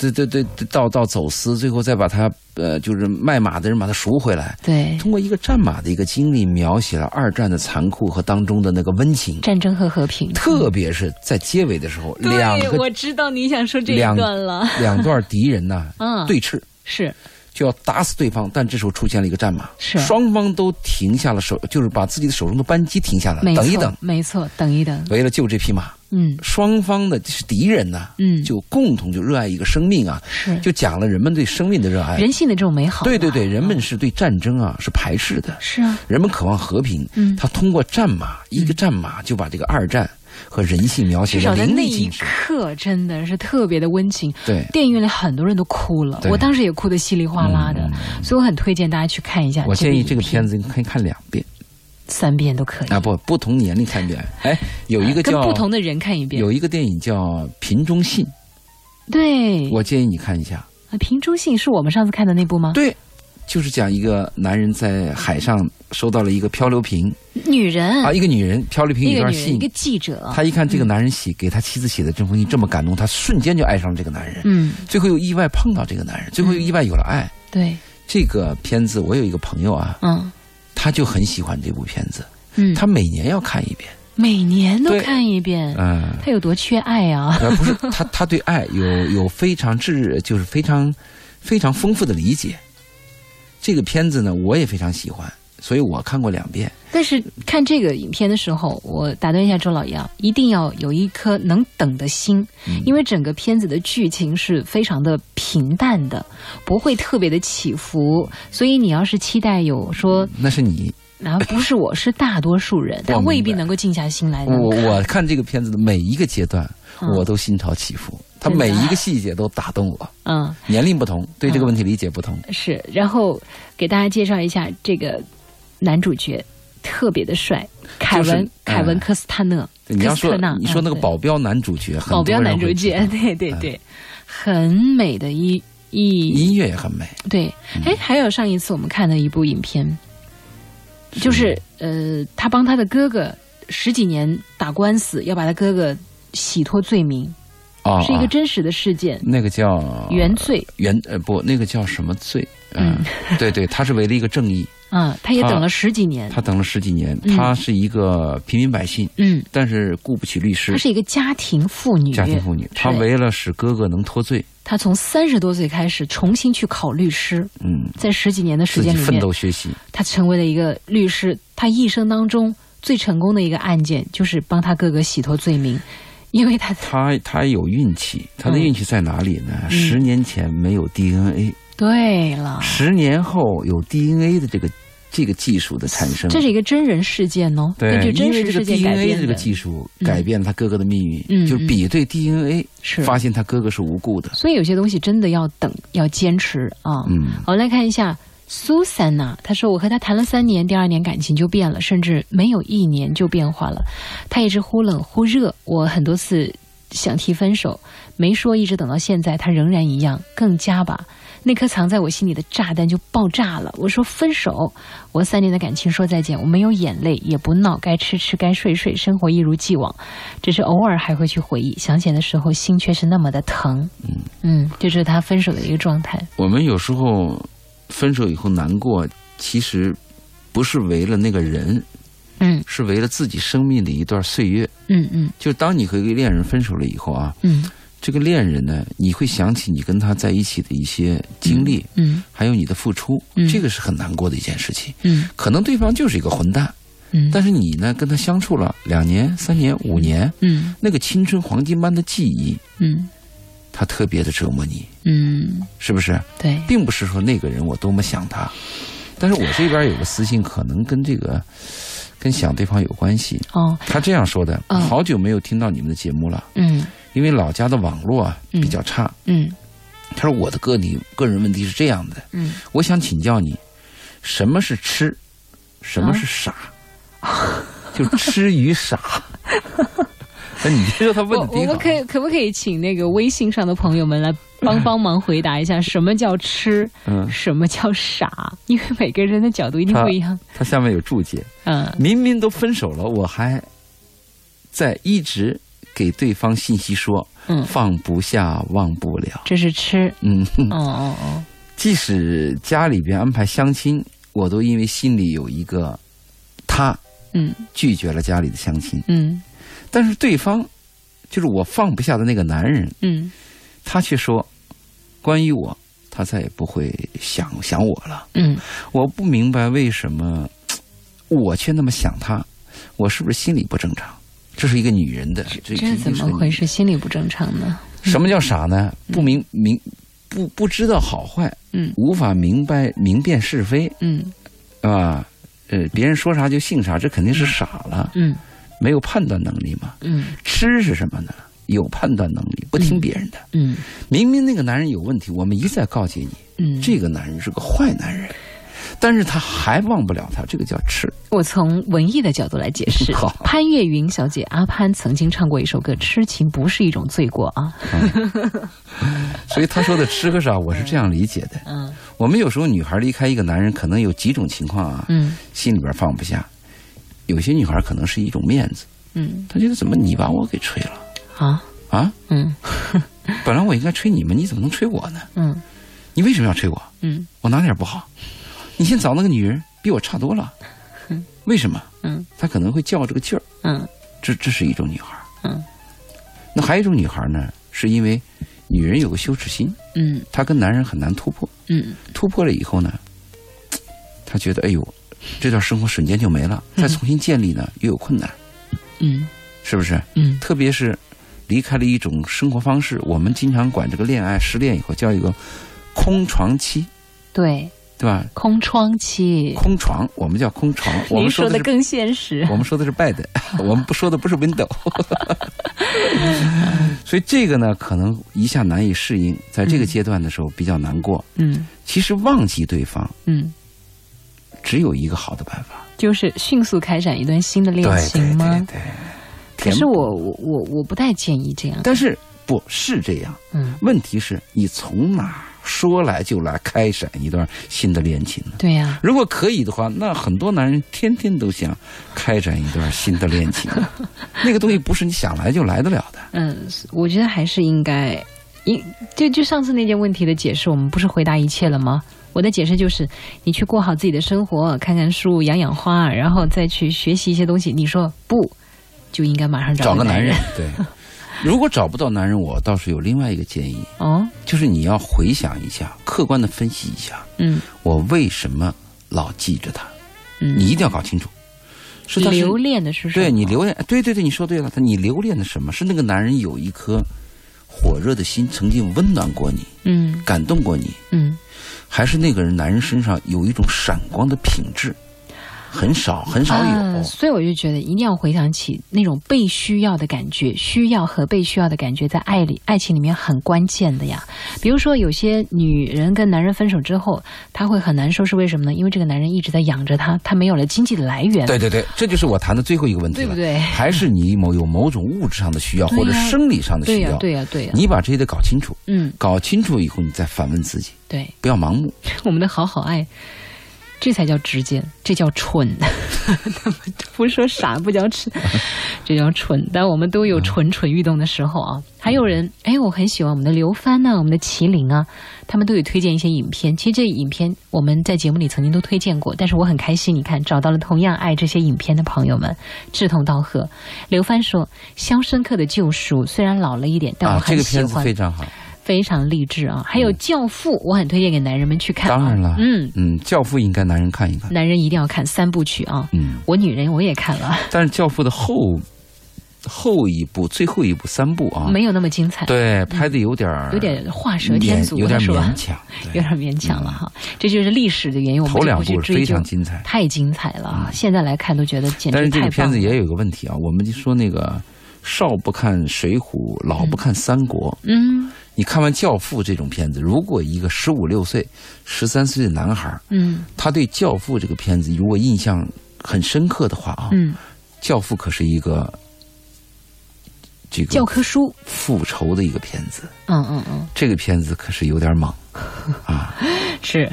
Speaker 2: 对对对，到到走私，最后再把它呃，就是卖马的人把它赎回来。
Speaker 1: 对，
Speaker 2: 通过一个战马的一个经历，描写了二战的残酷和当中的那个温情，
Speaker 1: 战争和和平。
Speaker 2: 特别是在结尾的时候，两
Speaker 1: 嗯对，
Speaker 2: 个
Speaker 1: 我知道你想说这一段了。
Speaker 2: 两段敌人呐、
Speaker 1: 嗯，
Speaker 2: 对峙，
Speaker 1: 是，
Speaker 2: 就要打死对方，但这时候出现了一个战马，
Speaker 1: 是
Speaker 2: 双方都停下了手，就是把自己的手中的扳机停下来，
Speaker 1: 没错，
Speaker 2: 等一等，
Speaker 1: 没错，等一等。
Speaker 2: 为了救这匹马，
Speaker 1: 嗯
Speaker 2: 双方的是敌人呐、
Speaker 1: 嗯，
Speaker 2: 就共同就热爱一个生命啊，
Speaker 1: 是
Speaker 2: 就讲了人们对生命的热爱。
Speaker 1: 人啊嗯性的这种美好嘛。
Speaker 2: 对对对，人们是对战争啊是排斥的，
Speaker 1: 是啊，
Speaker 2: 人们渴望和平。
Speaker 1: 嗯
Speaker 2: 他通过战马，一个战马就把这个二战和人性描写
Speaker 1: 至
Speaker 2: 的
Speaker 1: 少在
Speaker 2: 淋
Speaker 1: 那
Speaker 2: 漓
Speaker 1: 一
Speaker 2: 尽致。
Speaker 1: 刻真的是特别的温情。
Speaker 2: 对，
Speaker 1: 电影院里很多人都哭了，
Speaker 2: 对嗯
Speaker 1: 我当时也哭得稀里哗啦的，所以我很推荐大家去看一下。
Speaker 2: 我建议这个片
Speaker 1: 子
Speaker 2: 子你可以看两遍
Speaker 1: 三遍都可以，
Speaker 2: 啊，不不同年龄看一遍。哎，有一个
Speaker 1: 跟
Speaker 2: 叫
Speaker 1: 不同的人看一遍。
Speaker 2: 有一个电影叫《瓶中信》，
Speaker 1: 对，
Speaker 2: 我建议你看一下。
Speaker 1: 《瓶中信》是我们上次看的那部吗？
Speaker 2: 对，就是讲一个男人在海上收到了一个漂流瓶
Speaker 1: 女人，
Speaker 2: 啊，一个女人漂流瓶有
Speaker 1: 那
Speaker 2: 一
Speaker 1: 个
Speaker 2: 段
Speaker 1: 女人，
Speaker 2: 信
Speaker 1: 嗯一个，嗯记者，
Speaker 2: 他一看这个男人写给他妻子写的这封信这么感动，他瞬间就爱上了这个男人，
Speaker 1: 嗯，
Speaker 2: 最后又意外碰到这个男人，最后又意外有了爱。
Speaker 1: 对，
Speaker 2: 这个片子我有一个朋友啊，
Speaker 1: 嗯
Speaker 2: 他就很喜欢这部片子，
Speaker 1: 嗯，
Speaker 2: 他每年要看一遍，
Speaker 1: 每年都
Speaker 2: 对
Speaker 1: 看一遍，
Speaker 2: 嗯。
Speaker 1: 她有多缺爱啊？
Speaker 2: 呃，不是他，他对爱有有非常至，就是非常非常丰富的理解。这个片子呢，我也非常喜欢，所以我看过两遍。
Speaker 1: 但是看这个影片的时候，我打断一下周老爷啊，一定要有一颗能等的心，
Speaker 2: 嗯
Speaker 1: 因为整个片子的剧情是非常的平淡的，不会特别的起伏，所以你要是期待有说，
Speaker 2: 那是你，
Speaker 1: 然后不是我是大多数人，他
Speaker 2: 我明白
Speaker 1: 未必能够静下心来
Speaker 2: 我
Speaker 1: 能看。
Speaker 2: 我看这个片子的每一个阶段，
Speaker 1: 嗯
Speaker 2: 我都心潮起伏，他
Speaker 1: 真的
Speaker 2: 每
Speaker 1: 啊
Speaker 2: 一个细节都打动我。
Speaker 1: 嗯。
Speaker 2: 年龄不同，对这个问题理解不同。
Speaker 1: 是，然后给大家介绍一下这个男主角，特别的帅，凯
Speaker 2: 就是
Speaker 1: 文、凯文
Speaker 2: 哎
Speaker 1: 科斯塔勒，
Speaker 2: 你要
Speaker 1: 科斯
Speaker 2: 说
Speaker 1: 特纳，
Speaker 2: 你说那个
Speaker 1: 嗯对
Speaker 2: 保镖男主角，很
Speaker 1: 保镖
Speaker 2: 多人
Speaker 1: 男主
Speaker 2: 会知
Speaker 1: 角，
Speaker 2: 道哎
Speaker 1: 对对对，很美的一一
Speaker 2: 音乐也很美。嗯
Speaker 1: 对，哎，还有上一次我们看的一部影片，就是呃，他帮他的哥哥十几年打官司，要把他哥哥洗脱罪名，
Speaker 2: 啊，
Speaker 1: 是一个
Speaker 2: 啊
Speaker 1: 真实的事件，
Speaker 2: 那个叫
Speaker 1: 原罪。
Speaker 2: 原呃不，那个叫什么罪？嗯，对对，他是为了一个正义，
Speaker 1: 嗯，他也
Speaker 2: 他
Speaker 1: 等了十几年。
Speaker 2: 他等了十几年，
Speaker 1: 嗯
Speaker 2: 他是一个平民百姓，
Speaker 1: 嗯，
Speaker 2: 但是雇不起律
Speaker 1: 她
Speaker 2: 师，
Speaker 1: 是一个家庭妇女，
Speaker 2: 家庭妇女，他为了使哥哥能脱罪，
Speaker 1: 她从三十多岁开始重新去考律师，
Speaker 2: 嗯，
Speaker 1: 在十几年的时
Speaker 2: 自己
Speaker 1: 间里
Speaker 2: 奋
Speaker 1: 面，
Speaker 2: 斗学习，
Speaker 1: 她成为了一个律师。她一生当中最成功的一个案件就是帮她哥哥洗脱罪名，因为她
Speaker 2: 他他有运气，他的
Speaker 1: 嗯
Speaker 2: 运气在哪里呢？十年前没有 DNA，
Speaker 1: 对了，
Speaker 2: 十年后有 DNA 的这个这个技术的产生，
Speaker 1: 这是一个真人事件哦，
Speaker 2: 对
Speaker 1: 根，据真
Speaker 2: 因为
Speaker 1: 实
Speaker 2: 这
Speaker 1: 事
Speaker 2: 个
Speaker 1: 件改
Speaker 2: DNA
Speaker 1: 编
Speaker 2: 的这个
Speaker 1: 的，
Speaker 2: 技术
Speaker 1: 嗯
Speaker 2: 改变了他哥哥的命运，
Speaker 1: 嗯
Speaker 2: 就比对 DNA，
Speaker 1: 是。
Speaker 2: 发现他哥哥是无辜的。
Speaker 1: 所以有些东西真的要等，要坚持啊。
Speaker 2: 嗯，
Speaker 1: 好，来看一下苏珊娜，她说我和他谈了三年，第二年感情就变了，甚至没有一年就变化了。他一直忽冷忽热，我很多次想提分手，没说，一直等到现在，他仍然一样，更加吧。那颗藏在我心里的炸弹就爆炸了。我说分手，我三年的感情说再见，我没有眼泪，也不闹，该吃吃，该睡睡，生活一如既往，只是偶尔还会去回忆，想起来的时候心却是那么的疼。嗯嗯，这就是他分手的一个状态。
Speaker 2: 我们有时候分手以后难过，其实不是为了那个人，
Speaker 1: 嗯
Speaker 2: 是为了自己生命的一段岁月。
Speaker 1: 嗯嗯
Speaker 2: 就当你和一个恋人分手了以后啊，
Speaker 1: 嗯
Speaker 2: 这个恋人呢，你会想起你跟他在一起的一些经历，
Speaker 1: 嗯
Speaker 2: 还有你的付出，
Speaker 1: 嗯
Speaker 2: 这个是很难过的一件事情。
Speaker 1: 嗯
Speaker 2: 可能对方就是一个混蛋，
Speaker 1: 嗯，
Speaker 2: 但是你呢，跟他相处了两年、三年、五年，
Speaker 1: 嗯
Speaker 2: 那个青春黄金般的记忆，
Speaker 1: 嗯
Speaker 2: 他特别的折磨你，
Speaker 1: 嗯，
Speaker 2: 是不是？
Speaker 1: 对，
Speaker 2: 并不是说那个人我多么想他，但是我这边有个私信，可能跟这个跟想对方有关系。
Speaker 1: 哦，
Speaker 2: 他这样说的：
Speaker 1: 嗯
Speaker 2: 好久没有听到你们的节目了，
Speaker 1: 嗯
Speaker 2: 因为老家的网络啊
Speaker 1: 嗯
Speaker 2: 比较差。
Speaker 1: 嗯
Speaker 2: 他说我的个体个人问题是这样的，
Speaker 1: 嗯，
Speaker 2: 我想请教你，什么是痴，什么是傻？就痴 与傻。那你知道他
Speaker 1: 我
Speaker 2: 问的
Speaker 1: 我
Speaker 2: 挺好
Speaker 1: 们可以可不可以请那个微信上的朋友们来帮帮忙回答一下，什么叫痴，
Speaker 2: 嗯，
Speaker 1: 什么叫傻？因为每个人的角度一定不一样。
Speaker 2: 他下面有注解。
Speaker 1: 嗯
Speaker 2: 明明都分手了，我还在一直给对方信息说
Speaker 1: 嗯，
Speaker 2: 放不下、忘不了。
Speaker 1: 这是痴。
Speaker 2: 嗯， 哼
Speaker 1: 哦哦哦，
Speaker 2: 即使家里边安排相亲，我都因为心里有一个他
Speaker 1: 嗯
Speaker 2: 拒绝了家里的相亲。
Speaker 1: 嗯
Speaker 2: 但是对方就是我放不下的那个男人，
Speaker 1: 嗯
Speaker 2: 他却说关于我，他再也不会想想我了。
Speaker 1: 嗯
Speaker 2: 我不明白为什么我却那么想他，我是不是心理不正常？这是一个女人的，这
Speaker 1: 这怎么回？
Speaker 2: 这
Speaker 1: 事？心理不正常呢？
Speaker 2: 是什么叫傻呢？不明明不不知道好坏，
Speaker 1: 嗯
Speaker 2: 无法明白明辨是非
Speaker 1: 嗯
Speaker 2: 啊。呃，别人说啥就信啥，这肯定是傻了，
Speaker 1: 嗯
Speaker 2: 没有判断能力嘛。
Speaker 1: 嗯
Speaker 2: 痴是什么呢？有判断能力，不听别人的。
Speaker 1: 嗯
Speaker 2: 明明那个男人有问题，我们一再告诫你，
Speaker 1: 嗯，
Speaker 2: 这个男人是个坏男人，但是他还忘不了他，这个叫痴。
Speaker 1: 我从文艺的角度来解释
Speaker 2: 好，
Speaker 1: 潘越云小姐阿潘曾经唱过一首歌《痴情不是一种罪过》啊，
Speaker 2: 所以他说的吃和少，我是这样理解的。
Speaker 1: 嗯
Speaker 2: 我们有时候女孩离开一个男人，可能有几种情况啊，
Speaker 1: 嗯
Speaker 2: 心里边放不下。有些女孩可能是一种面子，
Speaker 1: 嗯，
Speaker 2: 她觉得怎么你把我给吹了
Speaker 1: 好，
Speaker 2: 啊？
Speaker 1: 嗯
Speaker 2: 本来我应该吹你们，你怎么能吹我呢？
Speaker 1: 嗯
Speaker 2: 你为什么要吹我？
Speaker 1: 嗯
Speaker 2: 我哪点不好？你现在找那个女人比我差 多了，为什么？
Speaker 1: 嗯，
Speaker 2: 她可能会较这个劲儿，
Speaker 1: 嗯
Speaker 2: 这这是一种女孩。
Speaker 1: 嗯，
Speaker 2: 那还有一种女孩呢，是因为女人有个羞耻心，
Speaker 1: 嗯
Speaker 2: 她跟男人很难突破。
Speaker 1: 嗯
Speaker 2: 突破了以后呢，他觉得哎呦，这段生活瞬间就没了，再重新建立呢又有困难，
Speaker 1: 嗯
Speaker 2: 是不是？
Speaker 1: 嗯
Speaker 2: 特别是离开了一种生活方式，我们经常管这个恋爱失恋以后叫一个空床期，
Speaker 1: 对，
Speaker 2: 对吧？
Speaker 1: 空窗期，
Speaker 2: 空床，我们叫空 床，我
Speaker 1: 您
Speaker 2: 们说
Speaker 1: 的
Speaker 2: 的是。
Speaker 1: 更现实
Speaker 2: 我，们说的是 bed，我们不说的不是 window，所以这个呢，可能一下难以适应，在这个阶段的时候比较难过。
Speaker 1: 嗯
Speaker 2: 其实忘记对方
Speaker 1: 嗯，
Speaker 2: 只有一个好的办法，
Speaker 1: 就是迅速开展一段新的恋
Speaker 2: 对
Speaker 1: 情吗？
Speaker 2: 对对对
Speaker 1: 可
Speaker 2: 填
Speaker 1: 是
Speaker 2: 补
Speaker 1: 我我我我不太建议这样，
Speaker 2: 但是不是这样？
Speaker 1: 嗯
Speaker 2: 问题是你从哪儿说来就来，开展一段新的恋情呢？
Speaker 1: 对呀、
Speaker 2: 如果可以的话，那很多男人天天都想开展一段新的恋情，那个东西不是你想来就来得了的。
Speaker 1: 嗯，我觉得还是应该，应就就上次那件问题的解释，我们不是回答一切了吗？我的解释就是，你去过好自己的生活，看看书，养养花，然后再去学习一些东西。你说不，就应该马上
Speaker 2: 找
Speaker 1: 个
Speaker 2: 个男
Speaker 1: 人
Speaker 2: 人，对。如果找不到男人，我倒是有另外一个建议，
Speaker 1: 哦，
Speaker 2: 就是你要回想一下，客观的分析一下，
Speaker 1: 嗯
Speaker 2: 我为什么老记着他？
Speaker 1: 嗯，
Speaker 2: 你一定要搞清楚，是他是
Speaker 1: 留恋的是什么？
Speaker 2: 对你留恋，对对对，你说对了，他你留恋的什么？是那个男人有一颗火热的心，曾经温暖过你，
Speaker 1: 嗯
Speaker 2: 感动过你，
Speaker 1: 嗯，
Speaker 2: 还是那个人男人身上有一种闪光的品质，很少很少有。
Speaker 1: 啊所以我就觉得一定要回想起那种被需要的感觉，需要和被需要的感觉在爱里、爱情里面很关键的呀。比如说，有些女人跟男人分手之后，她会很难受，是为什么呢？因为这个男人一直在养着她，她没有了经济的来源，
Speaker 2: 对对对，这就是我谈的最后一个问题
Speaker 1: 对
Speaker 2: 了，
Speaker 1: 不对？
Speaker 2: 还是你某有某种物质上的需要，
Speaker 1: 对呀
Speaker 2: 或者生理上的
Speaker 1: 对
Speaker 2: 需
Speaker 1: 呀、
Speaker 2: 要，
Speaker 1: 对呀、对呀、
Speaker 2: 你把这些得搞清楚，
Speaker 1: 嗯，
Speaker 2: 搞清楚以后，你再反问自己，
Speaker 1: 对，
Speaker 2: 不要盲目。啊
Speaker 1: 我们的好好爱。这才叫直接，这叫蠢。 不是说傻，不叫蠢， 这叫蠢。但我们都
Speaker 2: 嗯
Speaker 1: 有蠢蠢欲动的时候啊。还有人，哎，我很喜欢我们的刘帆呐、我们的麒麟啊，他们都有推荐一些影片。其实这影片我们在节目里曾经都推荐过，但是我很开心，你看找到了同样爱这些影片的朋友们，志同道合。刘帆说，《肖申克的救赎》虽然老了一点，但我
Speaker 2: 啊，这
Speaker 1: 很
Speaker 2: 个
Speaker 1: 喜
Speaker 2: 片子
Speaker 1: 欢，
Speaker 2: 非常好，
Speaker 1: 非常励志啊。还有《教父》，我很推荐给男人们去看、啊。
Speaker 2: 当然了，
Speaker 1: 嗯，
Speaker 2: 嗯，教父应该男人看一看，
Speaker 1: 男人一定要看三部曲啊。
Speaker 2: 嗯，啊
Speaker 1: 我女人我也看了，
Speaker 2: 但是教父的后后一部、最后一部三部啊，
Speaker 1: 没有那么精彩，
Speaker 2: 对，拍的有点儿
Speaker 1: 有点画蛇添
Speaker 2: 勉，
Speaker 1: 足
Speaker 2: 有点
Speaker 1: 了，是吧
Speaker 2: 勉？强，对
Speaker 1: 有点勉强了哈，这就是历史的原因，我
Speaker 2: 头
Speaker 1: 们就
Speaker 2: 两
Speaker 1: 不去
Speaker 2: 部是
Speaker 1: 追
Speaker 2: 非
Speaker 1: 究
Speaker 2: 常。精彩。嗯
Speaker 1: 太精彩了啊！现在来看都觉得简
Speaker 2: 但
Speaker 1: 直
Speaker 2: 是这
Speaker 1: 太
Speaker 2: 个片
Speaker 1: 棒
Speaker 2: 子
Speaker 1: 了。
Speaker 2: 也有一个问题啊，我们就说那个少不看水浒，老不看三国。
Speaker 1: 嗯
Speaker 2: 你看完《教父》这种片子，如果一个十五六岁、十三岁的男孩儿，
Speaker 1: 嗯
Speaker 2: 他对《教父》这个片子如果印象很深刻的话啊，
Speaker 1: 嗯，
Speaker 2: 教父》可是一个这
Speaker 1: 教
Speaker 2: 个
Speaker 1: 科书，
Speaker 2: 复仇的一个片子，
Speaker 1: 嗯嗯嗯，
Speaker 2: 这个片子可是有点猛啊，
Speaker 1: 是，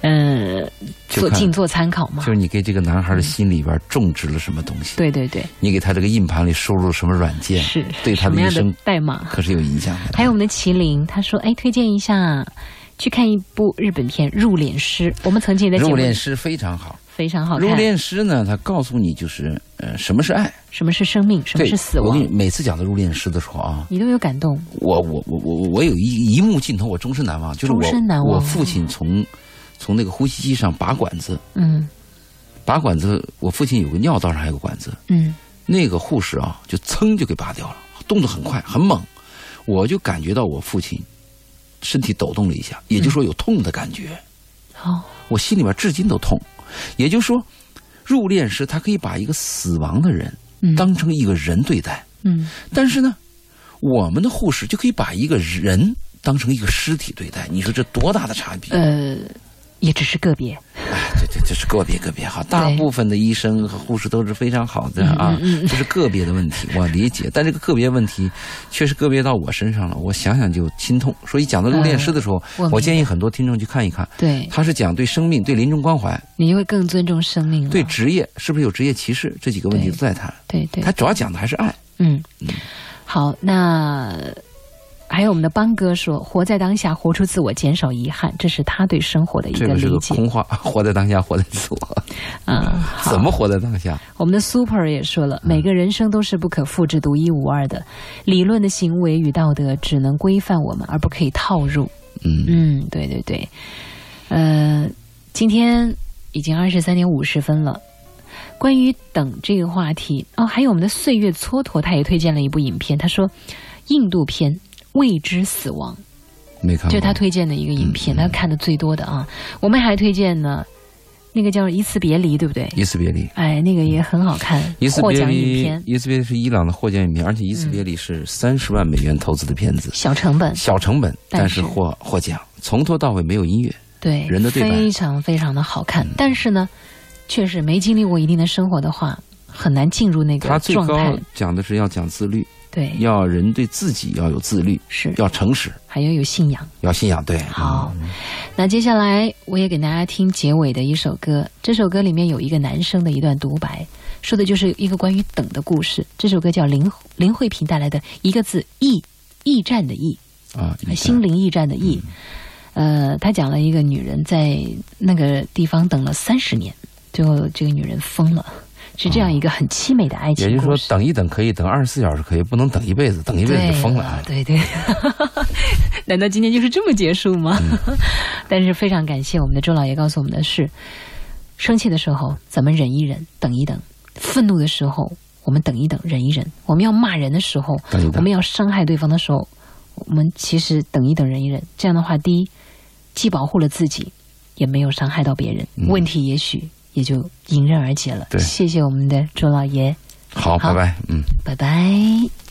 Speaker 1: 嗯，
Speaker 2: 就
Speaker 1: 做嗯
Speaker 2: 看
Speaker 1: 仅做参考嘛
Speaker 2: 就。是你给这个男孩的心里边种植了什么东西，
Speaker 1: 对对对，
Speaker 2: 你给他这个硬盘里输入了什么软件，
Speaker 1: 是
Speaker 2: 对他
Speaker 1: 什
Speaker 2: 的
Speaker 1: 么
Speaker 2: 一
Speaker 1: 样的
Speaker 2: 生
Speaker 1: 代码？
Speaker 2: 可是有影响的。
Speaker 1: 还有我们的麒麟，他说：“哎，推荐一下，去看一部日本片《入殓师》。我们曾经也在节
Speaker 2: 入
Speaker 1: 目
Speaker 2: 殓
Speaker 1: 里
Speaker 2: 师非常好，
Speaker 1: 非常好
Speaker 2: 入
Speaker 1: 看。
Speaker 2: 殓师呢，他告诉你就是呃什么是爱，
Speaker 1: 什么是生命，什么
Speaker 2: 对，
Speaker 1: 是死
Speaker 2: 我
Speaker 1: 亡
Speaker 2: 跟你，每次讲到入殓师的时候啊，
Speaker 1: 你都有感动。
Speaker 2: 我我我我我有一一幕镜头我终身难忘，就是
Speaker 1: 终身难
Speaker 2: 我
Speaker 1: 忘
Speaker 2: 我父亲从从那个呼吸机上拔管子，
Speaker 1: 嗯
Speaker 2: 拔管子，我父亲有个尿道上还有个管子，
Speaker 1: 嗯
Speaker 2: 那个护士啊就噌就给拔掉了，动作很快很猛，我就感觉到我父亲身体抖动了一下，也就是说有痛的感觉，
Speaker 1: 好，
Speaker 2: 我心里边至今都痛，也就是说。入殓师，他可以把一个死亡的人
Speaker 1: 嗯，
Speaker 2: 当成一个人对待，
Speaker 1: 嗯
Speaker 2: 但是呢，我们的护士就可以把一个人当成一个尸体对待，你说这多大的差别？
Speaker 1: 呃，也只是个别。
Speaker 2: 哎，这这这是个别个别哈，大
Speaker 1: 对
Speaker 2: 部分的医生和护士都是非常好的啊，
Speaker 1: 嗯嗯嗯
Speaker 2: 这是个别的问题，我理解。但这个个别问题确实个别到我身上了，我想想就心痛。所以讲到入殓师的时候，
Speaker 1: 嗯我明白
Speaker 2: 我建议很多听众去看一看，
Speaker 1: 对，
Speaker 2: 他是讲对生命、对临终关怀、
Speaker 1: 你就会更尊重生命了。
Speaker 2: 对职业是不是有职业歧视这几个问题
Speaker 1: 嗯对
Speaker 2: 都在谈。
Speaker 1: 对对
Speaker 2: 他主要讲的还是爱。
Speaker 1: 嗯，好，那还有我们的邦哥说，活在当下，活出自我，减少遗憾，这是他对生活的一
Speaker 2: 这个是
Speaker 1: 理
Speaker 2: 个
Speaker 1: 解
Speaker 2: 空话， 活在当下，活在自我，
Speaker 1: 啊。好
Speaker 2: 怎么嗯活在当下？
Speaker 1: 我们的 Super 也说了，每个人生都是不可复制、独一无二的，理论的行为与道德只能规范我们，而不可以套入。
Speaker 2: 嗯
Speaker 1: 嗯，对对对，呃，今天已经二十三点五十分了。关于等这个话题哦，还有我们的岁月蹉跎，他也推荐了一部影片，他说印度片《未知死亡》，
Speaker 2: 没看过。
Speaker 1: 这是他推荐的一个影片，他看的最多的啊。我们还推荐呢，那个叫《一次别离》，对不对？
Speaker 2: 伊斯别离。
Speaker 1: 哎，那个也很好看，
Speaker 2: 伊斯
Speaker 1: 获
Speaker 2: 别
Speaker 1: 奖影
Speaker 2: 离
Speaker 1: 片，，嗯
Speaker 2: 伊斯别离是伊朗的获奖影片，而且伊斯别离是三十万美元投资的片子，
Speaker 1: 小成本，
Speaker 2: 小成本，
Speaker 1: 但
Speaker 2: 但
Speaker 1: 是
Speaker 2: 是获获奖，从头到尾没有音乐。
Speaker 1: 对，
Speaker 2: 人的对白
Speaker 1: 非常非常的好看。但是呢，确实没经历过一定的生活的话，很难进入那个
Speaker 2: 他最
Speaker 1: 状态
Speaker 2: 高。讲的是要讲自律，
Speaker 1: 对，
Speaker 2: 要人对自己要有自律，
Speaker 1: 是
Speaker 2: 要诚实，
Speaker 1: 还要有信仰。
Speaker 2: 要信仰。对，
Speaker 1: 好，那接下来我也给大家听结尾的一首歌，这首歌里面有一个男生的一段独白，说的就是一个关于等的故事。这首歌叫林林慧萍带来的一个字“驿”，驿站的驿，
Speaker 2: 嗯啊，一
Speaker 1: 心灵驿站的驿。
Speaker 2: 嗯
Speaker 1: 呃，他讲了一个女人在那个地方等了三十年，最后这个女人疯了，是这样一个很凄美的爱情
Speaker 2: 哦也就是
Speaker 1: 故
Speaker 2: 说
Speaker 1: 事。，
Speaker 2: 等一等可以，等二十四小时可以，不能等一辈子，等一辈子就疯了啊！
Speaker 1: 对对， 难道今天就是这么结束吗？
Speaker 2: 嗯
Speaker 1: 但是非常感谢我们的周老爷告诉我们的是：生气的时候咱们忍一忍，等一等；愤怒的时候我们等一等，忍一忍；我们要骂人的时候，
Speaker 2: 等一
Speaker 1: 我
Speaker 2: 等
Speaker 1: 们，要伤害对方的时候，我们其实等一等，忍一忍。这样的话，第一，既保护了自己，也没有伤害到别人，
Speaker 2: 嗯
Speaker 1: 问题也许也就迎刃而解了。
Speaker 2: 对
Speaker 1: 谢谢我们的周老爷，
Speaker 2: 好，
Speaker 1: 好
Speaker 2: 拜拜，嗯。
Speaker 1: 拜拜。